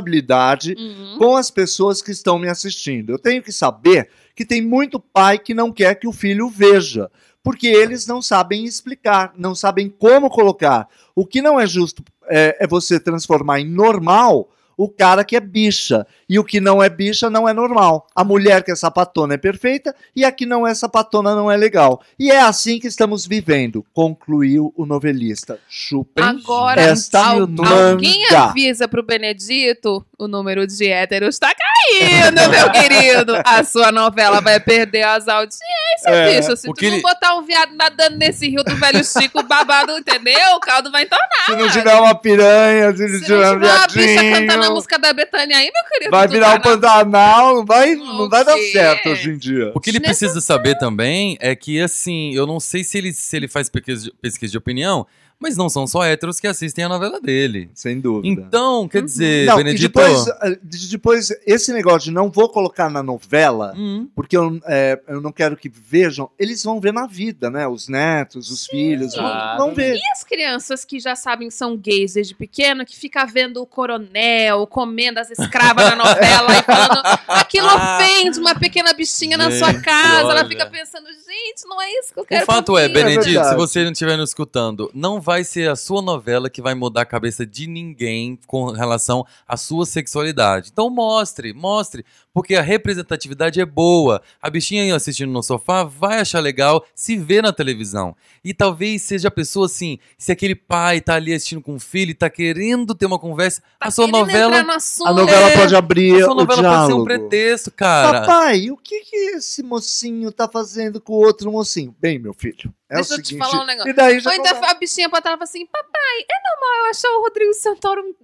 Speaker 3: responsabilidade
Speaker 6: Uhum.
Speaker 3: com as pessoas que estão me assistindo. Eu tenho que saber que tem muito pai que não quer que o filho veja, porque eles não sabem explicar, não sabem como colocar. O que não é justo é, é você transformar em normal o cara que é bicha. E o que não é bicha não é normal. A mulher que é sapatona é perfeita e a que não é sapatona não é legal. E é assim que estamos vivendo, concluiu o novelista. Chupem.
Speaker 6: Agora,
Speaker 3: Esta
Speaker 6: al-
Speaker 3: manga.
Speaker 6: alguém avisa pro Benedito o número de héteros tá caindo, meu querido. A sua novela vai perder as audiências,
Speaker 3: É,
Speaker 6: bicho. Se
Speaker 5: o
Speaker 6: tu
Speaker 5: que
Speaker 6: não
Speaker 5: ele-
Speaker 6: botar um viado nadando nesse rio do velho Chico babado, entendeu? O caldo vai entornar.
Speaker 3: Se não tiver uma piranha, se não
Speaker 6: Se não
Speaker 3: tiver
Speaker 6: tiver
Speaker 3: um
Speaker 6: uma bicha cantando a
Speaker 3: viadinho.
Speaker 6: música da Betânia aí, meu querido.
Speaker 3: Vai
Speaker 6: tu
Speaker 3: virar
Speaker 6: tá
Speaker 3: um
Speaker 6: na-
Speaker 3: Pantanal, não vai,
Speaker 6: Não
Speaker 3: não vai dar
Speaker 6: sei. é.
Speaker 3: certo hoje em dia.
Speaker 5: O que ele precisa saber também é que, assim, eu não sei se ele, se ele faz pesquisa de, pesquisa de opinião, mas não são só héteros que assistem a novela dele.
Speaker 3: Sem dúvida.
Speaker 5: Então, quer dizer,
Speaker 3: Uhum. não, e
Speaker 5: Benedito.
Speaker 3: depois, eh, de- depois, esse negócio de não vou colocar na novela,
Speaker 5: Hum,
Speaker 3: porque eu, eh, eu não quero que vejam, eles vão ver na vida, né? Os netos, os filhos, vão,
Speaker 4: Claro.
Speaker 3: vão ver.
Speaker 6: E as crianças que já sabem que são gays desde pequeno, que fica vendo o coronel comendo as escravas na novela e falando aquilo ofende uma pequena bichinha na
Speaker 5: Ah. Gente,
Speaker 6: sua casa. Ela
Speaker 5: olha.
Speaker 6: fica pensando, gente, não é isso que eu quero.
Speaker 5: o fato
Speaker 6: pra
Speaker 5: é,
Speaker 6: mim."
Speaker 5: Benedito,
Speaker 3: verdade.
Speaker 5: se você não estiver nos escutando, não vai ser a sua novela que vai mudar a cabeça de ninguém com relação à sua sexualidade. Então mostre, mostre, porque a representatividade é boa. A bichinha aí assistindo no sofá vai achar legal se ver na televisão. E talvez seja a pessoa assim, se aquele pai tá ali assistindo com o filho e tá querendo ter uma conversa, a sua
Speaker 6: Tá Querendo entrar
Speaker 5: novela,
Speaker 6: no assunto,
Speaker 3: A novela
Speaker 5: É,
Speaker 3: pode
Speaker 5: a
Speaker 3: abrir
Speaker 5: sua
Speaker 3: o
Speaker 5: novela pode ser um
Speaker 3: diálogo.
Speaker 5: pretexto, cara.
Speaker 3: Papai, o que, que esse mocinho tá fazendo com o outro mocinho? Bem, meu filho, é
Speaker 6: Deixa
Speaker 3: o
Speaker 6: eu te
Speaker 3: seguinte...
Speaker 6: falar um negócio.
Speaker 3: E daí já
Speaker 6: Ou então
Speaker 3: começa.
Speaker 6: a bichinha pra trás e fala assim: Papai, é normal eu achar o Rodrigo Santoro um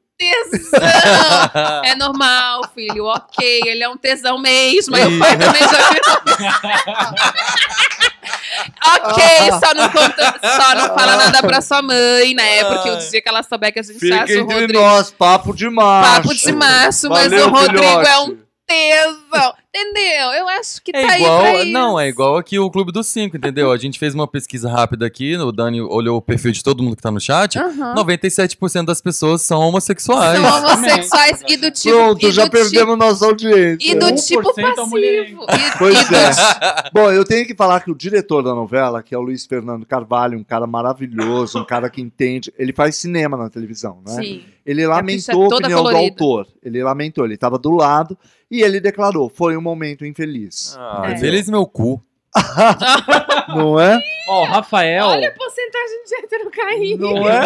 Speaker 6: tesão. É normal, filho, ok. Ele é um tesão mesmo. Aí o pai também já viu. ok, só não, conta, só não fala nada pra sua mãe, né? Porque o dia que ela souber que a gente
Speaker 3: Fica
Speaker 6: acha o
Speaker 3: entre
Speaker 6: Rodrigo.
Speaker 3: nós, papo de macho.
Speaker 6: Papo de macho, mas
Speaker 3: Valeu,
Speaker 6: o Rodrigo é
Speaker 3: filhote.
Speaker 6: um tesão. Entendeu? Eu acho que
Speaker 5: É
Speaker 6: tá
Speaker 5: igual,
Speaker 6: aí pra isso.
Speaker 5: não, é igual aqui o Clube dos Cinco, entendeu? A gente fez uma pesquisa rápida aqui, o Dani olhou o perfil de todo mundo que tá no chat.
Speaker 6: Aham.
Speaker 5: 97% das pessoas são homossexuais.
Speaker 6: São homossexuais e do tipo.
Speaker 3: Pronto,
Speaker 6: e
Speaker 3: já
Speaker 6: do tipo-
Speaker 3: perdemos um nossa audiência.
Speaker 6: E do tipo
Speaker 4: 1% é
Speaker 6: passivo.
Speaker 4: mulherengo.
Speaker 6: E- e
Speaker 3: Pois
Speaker 6: do-
Speaker 3: é. Bom, eu tenho que falar que o diretor da novela, que é o Luiz Fernando Carvalho, um cara maravilhoso, um cara que entende. Ele faz cinema na televisão, né?
Speaker 6: Sim.
Speaker 3: Ele
Speaker 6: ficha é
Speaker 3: lamentou a
Speaker 6: toda
Speaker 3: opinião do
Speaker 6: colorida.
Speaker 3: autor. Ele lamentou, ele estava do lado e ele declarou: foi um momento infeliz.
Speaker 5: Ah,
Speaker 6: É.
Speaker 5: Feliz meu cu.
Speaker 3: Não é?
Speaker 4: Ó, o Rafael,
Speaker 6: Olha a porcentagem de hétero caindo.
Speaker 3: Não é?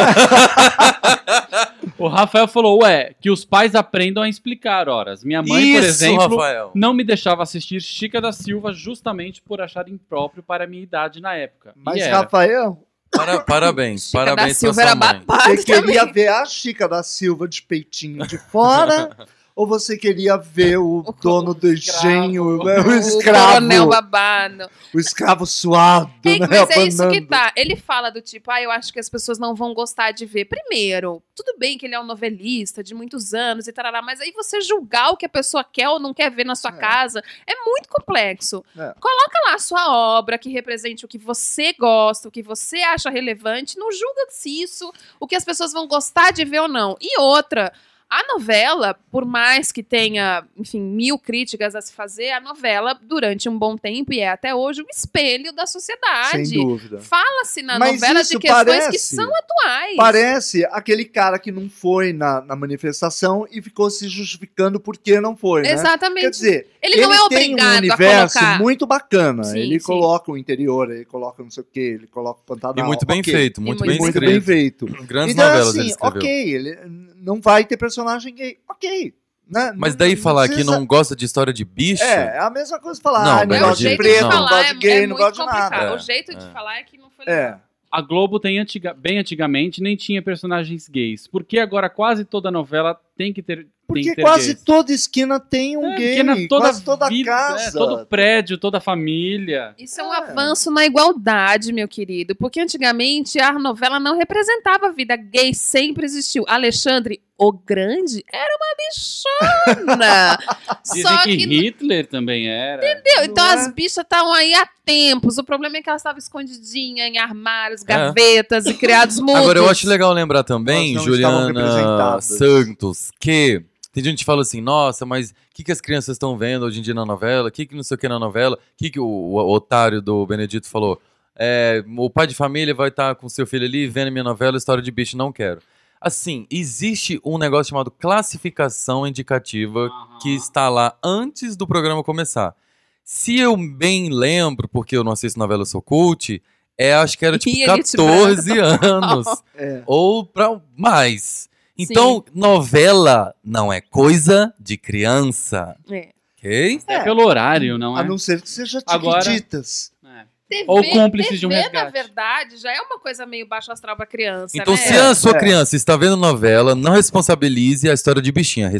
Speaker 4: o Rafael falou, ué, que os pais aprendam a explicar horas. Minha mãe, por
Speaker 5: Isso,
Speaker 4: exemplo,
Speaker 5: Rafael.
Speaker 4: não me deixava assistir Chica da Silva justamente por achar impróprio para a minha idade na época.
Speaker 3: Mas,
Speaker 4: e era.
Speaker 3: Rafael,
Speaker 5: Para- parabéns,
Speaker 6: Chica
Speaker 5: parabéns
Speaker 6: da
Speaker 5: pra
Speaker 6: Silva
Speaker 5: sua
Speaker 6: era
Speaker 5: mãe.
Speaker 6: babado
Speaker 3: você queria
Speaker 6: também.
Speaker 3: ver a Chica da Silva de peitinho de fora ou você queria ver o,
Speaker 6: O-
Speaker 3: dono do
Speaker 7: escravo.
Speaker 3: engenho, né, o
Speaker 6: O
Speaker 3: escravo,
Speaker 6: coronel babado.
Speaker 3: o escravo suado,
Speaker 6: Tem,
Speaker 3: né,
Speaker 6: mas é isso que
Speaker 3: abanando.
Speaker 6: tá. Ele fala do tipo, ah, eu acho que as pessoas não vão gostar de ver. Primeiro, tudo bem que ele é um novelista de muitos anos e tarará, mas aí você julgar o que a pessoa quer ou não quer ver na sua
Speaker 3: É.
Speaker 6: casa é muito complexo.
Speaker 3: É.
Speaker 6: Coloca lá a sua obra que represente o que você gosta, o que você acha relevante, não julga se isso, o que as pessoas vão gostar de ver ou não. E outra, a novela, por mais que tenha, enfim, mil críticas a se fazer, a novela, durante um bom tempo, e é até hoje, um espelho da
Speaker 3: Sem
Speaker 6: sociedade.
Speaker 3: dúvida.
Speaker 6: Fala-se na
Speaker 3: Mas
Speaker 6: novela de
Speaker 3: isso
Speaker 6: questões que
Speaker 3: parece-
Speaker 6: são atuais.
Speaker 3: Parece aquele cara que não foi na, na manifestação e ficou se justificando por que não foi, né?
Speaker 6: Exatamente.
Speaker 3: Quer dizer,
Speaker 6: ele não é
Speaker 3: tem um
Speaker 6: obrigado a
Speaker 3: universo
Speaker 6: colocar.
Speaker 3: muito bacana.
Speaker 6: Sim,
Speaker 3: ele
Speaker 6: sim.
Speaker 3: coloca o interior, ele coloca não sei o quê, ele coloca o
Speaker 5: E
Speaker 3: Pantanal.
Speaker 5: muito bem
Speaker 3: ok.
Speaker 5: feito, muito
Speaker 6: muito
Speaker 5: bem
Speaker 3: Muito
Speaker 6: bem
Speaker 5: escrito.
Speaker 3: bem feito.
Speaker 5: Grandes
Speaker 3: então,
Speaker 5: novelas
Speaker 3: assim,
Speaker 5: ele escreveu.
Speaker 3: ok, ele não vai ter personagem gay. Ok. né?
Speaker 5: Mas
Speaker 3: Não-
Speaker 5: daí
Speaker 3: não
Speaker 5: falar que
Speaker 3: precisa-
Speaker 5: não gosta de história de bicho.
Speaker 3: É, é a mesma coisa falar,
Speaker 5: Não,
Speaker 3: ah, não
Speaker 5: mas
Speaker 3: gosto
Speaker 5: imagina,
Speaker 3: de preto,
Speaker 5: não.
Speaker 3: não, gosto de gay,
Speaker 6: é
Speaker 3: não
Speaker 6: muito
Speaker 3: gosto de
Speaker 6: complicado.
Speaker 3: nada.
Speaker 5: É,
Speaker 6: O jeito de
Speaker 5: é.
Speaker 6: falar é que não foi legal.
Speaker 3: É,
Speaker 4: A Globo tem antiga- bem antigamente nem tinha personagens gays. Porque agora quase toda novela tem que ter. tem
Speaker 3: porque
Speaker 4: que ter
Speaker 3: quase
Speaker 4: gays.
Speaker 3: toda esquina tem um
Speaker 4: É,
Speaker 3: gay,
Speaker 4: porque na-
Speaker 3: quase toda
Speaker 4: vida,
Speaker 3: casa.
Speaker 4: é, todo prédio, toda família.
Speaker 6: Isso é um
Speaker 3: É.
Speaker 6: avanço na igualdade, meu querido, porque antigamente a novela não representava a vida gay, sempre existiu. Alexandre, o Grande, era uma bichona.
Speaker 4: Dizem
Speaker 6: Só
Speaker 4: que,
Speaker 6: que,
Speaker 4: Hitler também era.
Speaker 6: Entendeu? Então
Speaker 3: Não é?
Speaker 6: as bichas estavam aí há tempos. O problema é que elas estavam escondidinhas em armários, gavetas e criados mudos.
Speaker 5: Agora, eu acho legal lembrar também,
Speaker 3: Elas não estavam
Speaker 5: Juliana
Speaker 3: representadas.
Speaker 5: Santos, que tem gente que fala assim, nossa, mas o que, que as crianças estão vendo hoje em dia na novela? O que, que não sei o que na novela? O que, que o, o otário do Benedito falou? É, o pai de família vai estar com seu filho ali vendo minha novela História de Bicho, não quero. Assim, existe um negócio chamado classificação indicativa que está lá antes do programa começar. Se eu bem lembro, porque eu não assisto novela, eu sou cult, é, acho que era tipo
Speaker 6: E Elite
Speaker 5: 14 anos
Speaker 3: É.
Speaker 5: ou pra mais. Então, novela não é coisa de criança,
Speaker 6: É.
Speaker 5: ok?
Speaker 4: É pelo horário, não
Speaker 3: A
Speaker 4: é?
Speaker 3: não ser que seja
Speaker 4: Agora-
Speaker 3: tiquititas.
Speaker 4: É.
Speaker 6: TV,
Speaker 4: Ou cúmplices de um
Speaker 6: TV, na
Speaker 4: resgate.
Speaker 6: verdade, já é uma coisa meio baixo astral pra criança,
Speaker 5: Então,
Speaker 6: né?
Speaker 5: se a sua
Speaker 3: É.
Speaker 5: criança está vendo novela, não responsabilize a história de bichinha.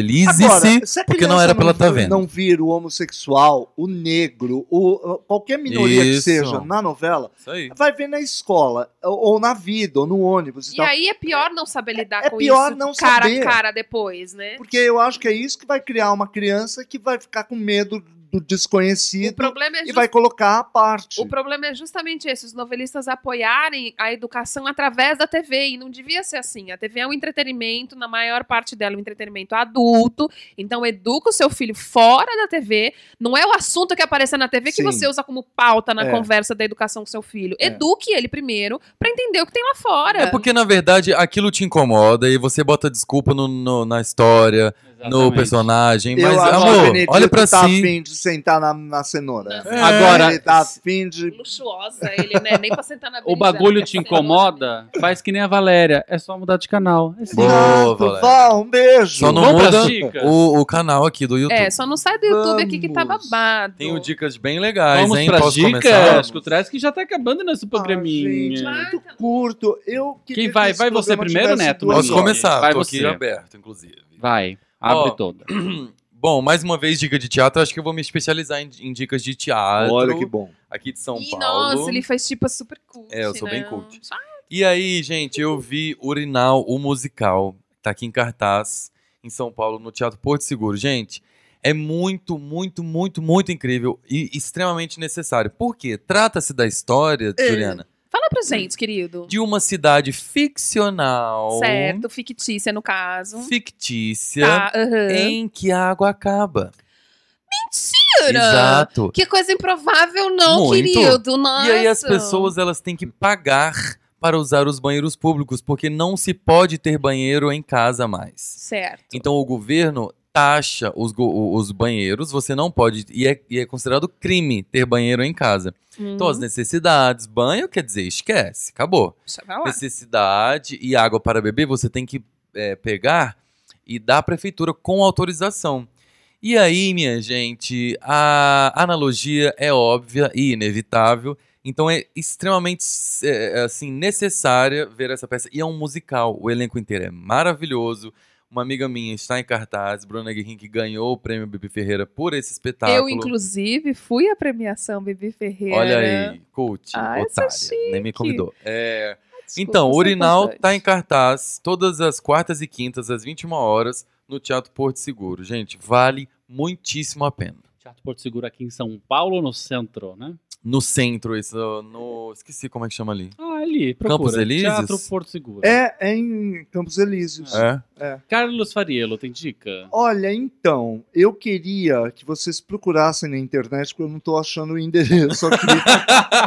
Speaker 5: Responsabilize-se.
Speaker 3: se a
Speaker 5: porque não
Speaker 3: criança
Speaker 5: era pra ela tá
Speaker 3: vir-
Speaker 5: vendo.
Speaker 3: Não vir o homossexual, o negro, o, qualquer minoria que
Speaker 5: Isso.
Speaker 3: seja na novela,
Speaker 5: Isso aí.
Speaker 3: vai ver na escola, ou, ou na vida, ou no ônibus e,
Speaker 6: E
Speaker 3: tal.
Speaker 6: aí é pior não saber lidar
Speaker 3: É
Speaker 6: com
Speaker 3: pior
Speaker 6: isso
Speaker 3: não
Speaker 6: cara
Speaker 3: saber.
Speaker 6: a cara depois, né?
Speaker 3: Porque eu acho que é isso que vai criar uma criança que vai ficar com medo do
Speaker 6: O
Speaker 3: desconhecido
Speaker 6: problema é
Speaker 3: e
Speaker 6: just-
Speaker 3: vai colocar a parte.
Speaker 6: O problema é justamente esse, os novelistas apoiarem a educação através da TV, e não devia ser assim. A TV é um entretenimento, na maior parte dela, um entretenimento adulto, então educa o seu filho fora da TV, não é o assunto que aparecer na TV que
Speaker 3: Sim.
Speaker 6: você usa como pauta na
Speaker 3: É.
Speaker 6: conversa da educação com seu filho.
Speaker 3: É.
Speaker 6: Eduque ele primeiro pra entender o que tem lá fora.
Speaker 5: É porque, na verdade, aquilo te incomoda e você bota desculpa no- no- na história, no
Speaker 4: Exatamente.
Speaker 5: personagem.
Speaker 3: Eu
Speaker 5: Mas,
Speaker 3: acho que o
Speaker 5: amor,
Speaker 3: Benedito
Speaker 5: olha pra
Speaker 3: tá
Speaker 5: si.
Speaker 3: afim de sentar na, na cenoura.
Speaker 6: É.
Speaker 4: Agora-
Speaker 3: ele tá afim de...
Speaker 6: Luxuosa, ele, né? Nem pra sentar na né?
Speaker 4: O
Speaker 6: berinjela,
Speaker 4: bagulho
Speaker 6: quer
Speaker 4: te
Speaker 6: ser
Speaker 4: incomoda? Faz que nem a Valéria. É só mudar de canal. É simples.
Speaker 5: Boa,
Speaker 3: Exato,
Speaker 5: Valéria.
Speaker 3: Val, um beijo.
Speaker 5: Só não
Speaker 4: Vamos pras
Speaker 5: muda
Speaker 4: dicas?
Speaker 5: o, o canal aqui do YouTube.
Speaker 6: É, só não sai do YouTube aqui que tá
Speaker 3: Vamos.
Speaker 6: babado.
Speaker 5: Tenho dicas bem legais,
Speaker 4: Vamos
Speaker 5: hein?
Speaker 4: para as
Speaker 5: Posso começar?
Speaker 4: dicas culturais que já tá acabando nosso
Speaker 3: Ah,
Speaker 4: programinha.
Speaker 3: gente, muito
Speaker 6: Marta.
Speaker 3: curto. Eu queria
Speaker 4: Quem vai?
Speaker 3: que esse
Speaker 4: Vai você
Speaker 3: programa
Speaker 4: primeiro,
Speaker 3: tivesse
Speaker 4: Neto?
Speaker 3: duas
Speaker 5: Posso
Speaker 4: Vai.
Speaker 3: horas.
Speaker 5: começar?
Speaker 4: Vai
Speaker 5: Tô
Speaker 4: você.
Speaker 5: aqui aberto, inclusive.
Speaker 4: Vai, abre
Speaker 5: Ó,
Speaker 4: toda.
Speaker 5: Bom, mais uma vez, dica de teatro. Acho que eu vou me especializar em, em dicas de teatro
Speaker 3: Olha que bom.
Speaker 5: aqui de São
Speaker 6: Ih,
Speaker 5: Paulo.
Speaker 6: nossa, ele faz tipo super cult.
Speaker 5: É, eu sou
Speaker 6: né?
Speaker 5: bem cult.
Speaker 6: Só
Speaker 5: E aí, gente, eu vi Urinal, o musical. Tá aqui em cartaz, em São Paulo, no Teatro Porto Seguro. Gente, é muito, muito, muito, muito incrível e extremamente necessário. Por quê? Trata-se da história, Juliana,
Speaker 6: Fala pra gente, querido.
Speaker 5: de uma cidade ficcional,
Speaker 6: Certo, fictícia no caso.
Speaker 5: fictícia,
Speaker 6: Tá, aham.
Speaker 5: em que a água acaba.
Speaker 6: Mentira!
Speaker 5: Exato.
Speaker 6: Que coisa improvável, não,
Speaker 5: Muito.
Speaker 6: querido. Nossa.
Speaker 5: E aí as pessoas elas têm que pagar para usar os banheiros públicos, porque não se pode ter banheiro em casa mais.
Speaker 6: Certo.
Speaker 5: Então o governo taxa os, go- os banheiros, você não pode. E é, e é considerado crime ter banheiro em casa.
Speaker 6: Hum,
Speaker 5: Então
Speaker 6: Uhum.
Speaker 5: as necessidades, banho, quer dizer, esquece, acabou.
Speaker 6: Deixa pra lá.
Speaker 5: Necessidade e água para beber, você tem que é, pegar e dar à prefeitura com autorização. E aí, minha gente, a analogia é óbvia e inevitável. Então é extremamente é, assim necessária ver essa peça. E é um musical. O elenco inteiro é maravilhoso. Uma amiga minha está em cartaz, Bruna Guerrin, que ganhou o prêmio Bibi Ferreira por esse espetáculo.
Speaker 6: Eu, inclusive, fui à premiação Bibi Ferreira.
Speaker 5: Olha aí, cult,
Speaker 6: Ah, essa é
Speaker 5: otária, nem me
Speaker 6: chique.
Speaker 5: convidou. É,
Speaker 6: Desculpa,
Speaker 5: então,
Speaker 6: isso é
Speaker 5: Urinal tá em
Speaker 6: importante.
Speaker 5: cartaz todas as quartas e quintas, às 21 horas, no Teatro Porto Seguro. Gente, vale muitíssimo a pena.
Speaker 4: Teatro Porto Seguro aqui em São Paulo, no centro, né?
Speaker 5: No centro, isso, no... esqueci como é que chama ali.
Speaker 4: Ah, ali, procura.
Speaker 5: Campos Elíseos?
Speaker 4: Teatro Porto Seguro.
Speaker 3: É, é em Campos Elíseos.
Speaker 5: É?
Speaker 4: Carlos Fariello, tem dica?
Speaker 3: Olha, então, eu queria que vocês procurassem na internet, porque eu não estou achando o endereço aqui.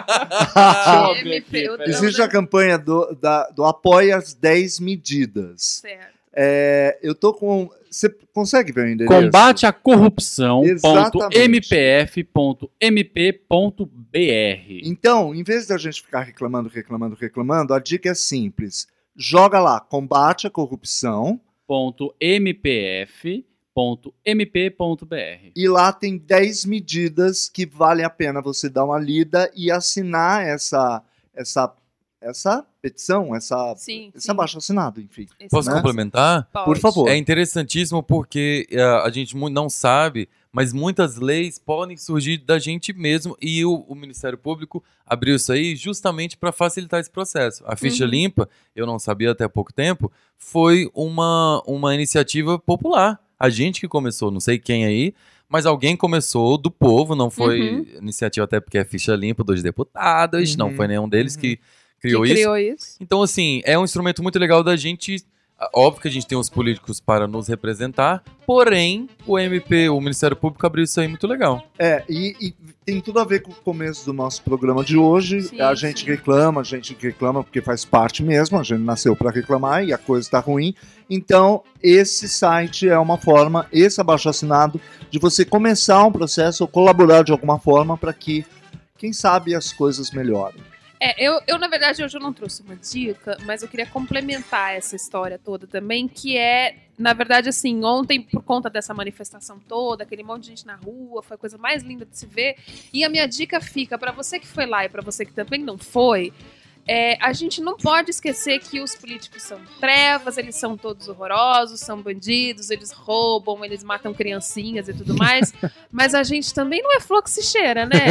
Speaker 4: Ah,
Speaker 6: Ele É, me
Speaker 4: aqui,
Speaker 6: fez- eu um
Speaker 4: peraí.
Speaker 6: não-
Speaker 3: Existe a campanha do, da, do Apoia as 10 Medidas.
Speaker 6: Certo.
Speaker 3: É, eu tô com. Você consegue ver o endereço?
Speaker 4: Combate à corrupção. ponto
Speaker 3: Exatamente.
Speaker 4: MPF ponto MP ponto BR.
Speaker 3: Então, em vez da gente ficar reclamando, reclamando, reclamando, a dica é simples. Joga lá, combate a corrupção,
Speaker 4: Ponto MPF ponto MP ponto BR.
Speaker 3: e lá tem 10 medidas que vale a pena você dar uma lida e assinar essa, essa, essa petição, essa,
Speaker 6: Sim.
Speaker 3: esse abaixo assinado, enfim.
Speaker 6: sim.
Speaker 5: Posso
Speaker 3: Né?
Speaker 5: complementar?
Speaker 6: Pode.
Speaker 3: Por favor.
Speaker 5: É interessantíssimo porque eh, a gente mu- não sabe, mas muitas leis podem surgir da gente mesmo e o, o Ministério Público abriu isso aí justamente para facilitar esse processo. A ficha
Speaker 6: Uhum.
Speaker 5: limpa, eu não sabia até há pouco tempo, foi uma, uma iniciativa popular. A gente que começou, não sei quem aí, mas alguém começou do povo, não foi
Speaker 6: Uhum.
Speaker 5: iniciativa até porque é ficha limpa dos deputados, não
Speaker 3: Uhum.
Speaker 5: foi nenhum deles
Speaker 3: Uhum.
Speaker 5: que
Speaker 6: Que
Speaker 5: criou isso.
Speaker 6: criou isso.
Speaker 5: Então, assim, é um instrumento muito legal da gente. Óbvio que a gente tem os políticos para nos representar, porém, o MP, o Ministério Público, abriu isso aí muito legal.
Speaker 3: É, e, e tem tudo a ver com o começo do nosso programa de hoje.
Speaker 6: Sim,
Speaker 3: a gente
Speaker 6: sim.
Speaker 3: reclama, a gente reclama porque faz parte mesmo, a gente nasceu para reclamar e a coisa está ruim. Então, esse site é uma forma, esse abaixo assinado, de você começar um processo ou colaborar de alguma forma para que, quem sabe, as coisas melhorem.
Speaker 6: É, eu, eu, na verdade, hoje eu não trouxe uma dica, mas eu queria complementar essa história toda também, que é, na verdade, assim, ontem, por conta dessa manifestação toda, aquele monte de gente na rua, foi a coisa mais linda de se ver. E a minha dica fica, pra você que foi lá e pra você que também não foi, é, a gente não pode esquecer que os políticos são trevas, eles são todos horrorosos, são bandidos, eles roubam, eles matam criancinhas e tudo mais. mas a gente também não é flor que se cheira,
Speaker 5: É
Speaker 6: né?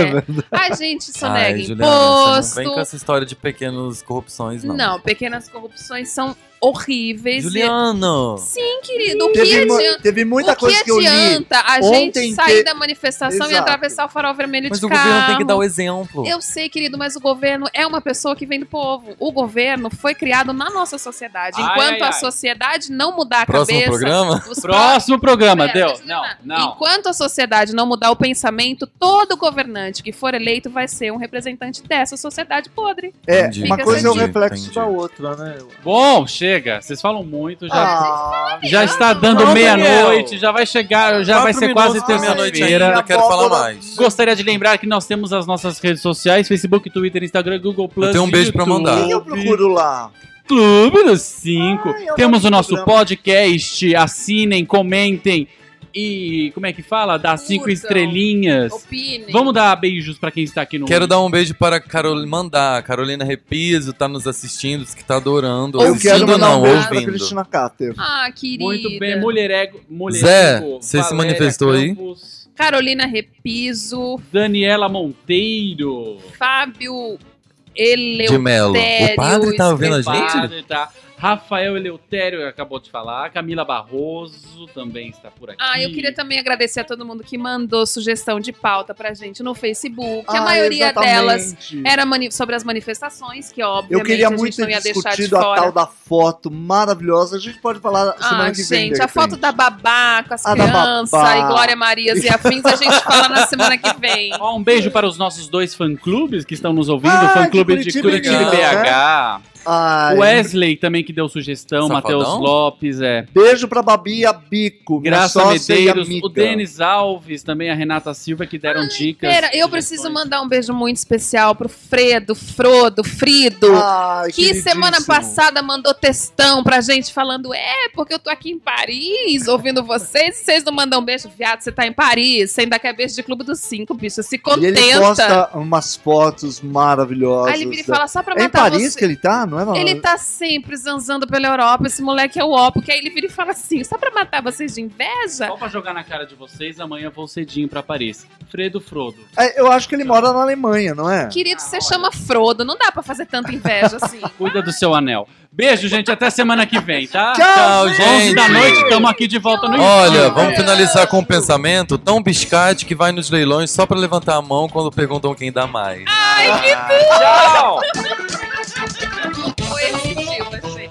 Speaker 6: a gente
Speaker 3: né,
Speaker 6: sonega
Speaker 5: você não vem
Speaker 6: imposto,
Speaker 5: com essa história de pequenas corrupções, não.
Speaker 6: não. pequenas corrupções são horríveis.
Speaker 5: Juliano!
Speaker 6: Sim, querido. O que
Speaker 3: Teve, mu-
Speaker 6: adianta?
Speaker 3: teve muita
Speaker 6: o que
Speaker 3: coisa que, eu li.
Speaker 6: adianta a
Speaker 3: ontem
Speaker 6: gente sair
Speaker 3: te-
Speaker 6: da manifestação e
Speaker 3: Exato.
Speaker 6: atravessar o farol vermelho
Speaker 5: Mas
Speaker 6: de
Speaker 5: o
Speaker 6: carro?
Speaker 5: governo tem que dar o exemplo.
Speaker 6: Eu sei, querido, mas o governo é uma pessoa que vem do povo. O governo foi criado na nossa sociedade.
Speaker 4: Ai,
Speaker 6: Enquanto
Speaker 4: ai, ai.
Speaker 6: a sociedade não mudar a
Speaker 5: Próximo
Speaker 6: cabeça,
Speaker 5: programa?
Speaker 6: os
Speaker 4: Próximo programa,
Speaker 6: Pera,
Speaker 4: deu.
Speaker 6: deixa eu
Speaker 4: Não,
Speaker 6: terminar.
Speaker 4: não.
Speaker 6: Enquanto a sociedade não mudar o pensamento, todo governante que for eleito vai ser um representante dessa sociedade podre.
Speaker 3: É,
Speaker 5: Entendi,
Speaker 3: uma coisa é o
Speaker 5: entendi,
Speaker 3: reflexo
Speaker 5: entendi.
Speaker 3: da outra, né?
Speaker 4: Bom, chega. Vocês falam muito, já,
Speaker 3: Ah,
Speaker 4: já está dando
Speaker 5: Não,
Speaker 4: meia-noite,
Speaker 5: Daniel.
Speaker 4: já vai chegar, já vai
Speaker 5: Quatro
Speaker 4: ser
Speaker 5: minutos
Speaker 4: quase
Speaker 5: pra meia-noite ainda,
Speaker 4: terça-feira.
Speaker 5: não quero falar
Speaker 3: Abóbora.
Speaker 5: mais.
Speaker 4: Gostaria de lembrar que nós temos as nossas redes sociais, Facebook, Twitter, Instagram, Google Plus.
Speaker 5: Eu tenho um beijo pra
Speaker 4: YouTube.
Speaker 5: mandar.
Speaker 3: o que eu procuro lá?
Speaker 4: Clube dos 5.
Speaker 3: Ai, eu
Speaker 4: Temos
Speaker 3: adoro
Speaker 4: o nosso
Speaker 3: programa.
Speaker 4: podcast. Assinem, comentem e. Como é que fala? Dá cinco
Speaker 6: Curtam.
Speaker 4: estrelinhas.
Speaker 6: Opine.
Speaker 4: Vamos dar beijos pra quem está aqui no.
Speaker 5: Quero dar um beijo para a Carolina, mandar. a Carolina Repiso tá nos assistindo, diz que tá adorando.
Speaker 3: Eu quero
Speaker 5: assistindo
Speaker 3: mandar
Speaker 5: não,
Speaker 3: um beijo pra
Speaker 5: ouvindo.
Speaker 3: Cristina Cater.
Speaker 6: Ah, querida.
Speaker 4: Muito bem, mulherego. mulherego
Speaker 5: um Zé, você se
Speaker 4: Valéria
Speaker 5: manifestou aí?
Speaker 4: Campos,
Speaker 6: Carolina Repiso,
Speaker 4: Daniela Monteiro.
Speaker 6: Fábio
Speaker 5: De
Speaker 6: Eleutério.
Speaker 5: Melo. O padre tá ouvindo a
Speaker 6: Escrivá.
Speaker 5: gente?
Speaker 4: Padre, tá? Rafael Eleutério acabou de falar. Camila Barroso também está por aqui.
Speaker 6: Ah, eu queria também agradecer a todo mundo que mandou sugestão de pauta pra gente no Facebook. a
Speaker 3: Ah,
Speaker 6: maioria
Speaker 3: exatamente.
Speaker 6: delas era mani- sobre as manifestações, que obviamente
Speaker 3: Eu queria
Speaker 6: a gente
Speaker 3: muito
Speaker 6: não
Speaker 3: ter
Speaker 6: ia deixar de
Speaker 3: discutido a
Speaker 6: fora.
Speaker 3: tal da foto maravilhosa. A gente pode falar semana
Speaker 6: Ah,
Speaker 3: que vem.
Speaker 6: gente,
Speaker 3: de
Speaker 6: a foto
Speaker 3: repente.
Speaker 6: da babá com as
Speaker 3: A da
Speaker 6: crianças
Speaker 3: babá.
Speaker 6: e Glória Marias e afins a gente fala na semana que vem.
Speaker 4: Ó, um beijo para os nossos dois fã-clubes que estão nos ouvindo.
Speaker 3: Ah,
Speaker 4: o fã-clube
Speaker 3: de né? Ah,
Speaker 4: de Curitiba
Speaker 5: Curitiba
Speaker 4: e
Speaker 5: e
Speaker 4: BH.
Speaker 3: Ai,
Speaker 4: Wesley também que deu sugestão.
Speaker 5: Safadão?
Speaker 4: Matheus Lopes, é.
Speaker 3: Beijo pra Babi Abico,
Speaker 4: Graça
Speaker 3: minha sócia e
Speaker 4: Medeiros,
Speaker 3: amiga.
Speaker 4: o Denis Alves, também a Renata Silva que deram dicas.
Speaker 6: Pera, eu
Speaker 4: sugestões.
Speaker 6: preciso mandar um beijo muito especial pro Fredo, Frodo, Frido.
Speaker 3: Ah, Ai,
Speaker 6: que semana
Speaker 3: queridíssimo.
Speaker 6: passada mandou textão pra gente falando: é, porque eu tô aqui em Paris ouvindo vocês e vocês não mandam beijo, viado, você tá em Paris, você ainda quer beijo de Clube dos Cinco, bicho, se
Speaker 3: E
Speaker 6: contenta.
Speaker 3: ele posta umas fotos maravilhosas.
Speaker 6: Aí ele vira e fala só pra
Speaker 3: é em
Speaker 6: matar
Speaker 3: Paris
Speaker 6: você.
Speaker 3: que ele tá? Não não era?
Speaker 6: Ele tá sempre zanzando pela Europa, esse moleque é o ó, porque aí ele vira e fala assim, só pra matar vocês de inveja?
Speaker 4: Só pra jogar na cara de vocês, amanhã vou cedinho pra Paris. Fredo Frodo.
Speaker 3: É, Eu acho que ele mora na Alemanha, não é?
Speaker 6: Querido, você chama Frodo, não dá pra fazer tanta inveja assim.
Speaker 4: Cuida do seu anel. Beijo, gente. Até semana que vem, tá?
Speaker 5: Tchau,
Speaker 4: 11 da
Speaker 5: gente.
Speaker 4: noite, estamos aqui de volta Tá no
Speaker 5: Olha,
Speaker 4: YouTube.
Speaker 5: vamos finalizar com um pensamento tão biscate que vai nos leilões só pra levantar a mão quando perguntam quem dá mais.
Speaker 2: Tchau!
Speaker 6: Foi esse tipo, achei.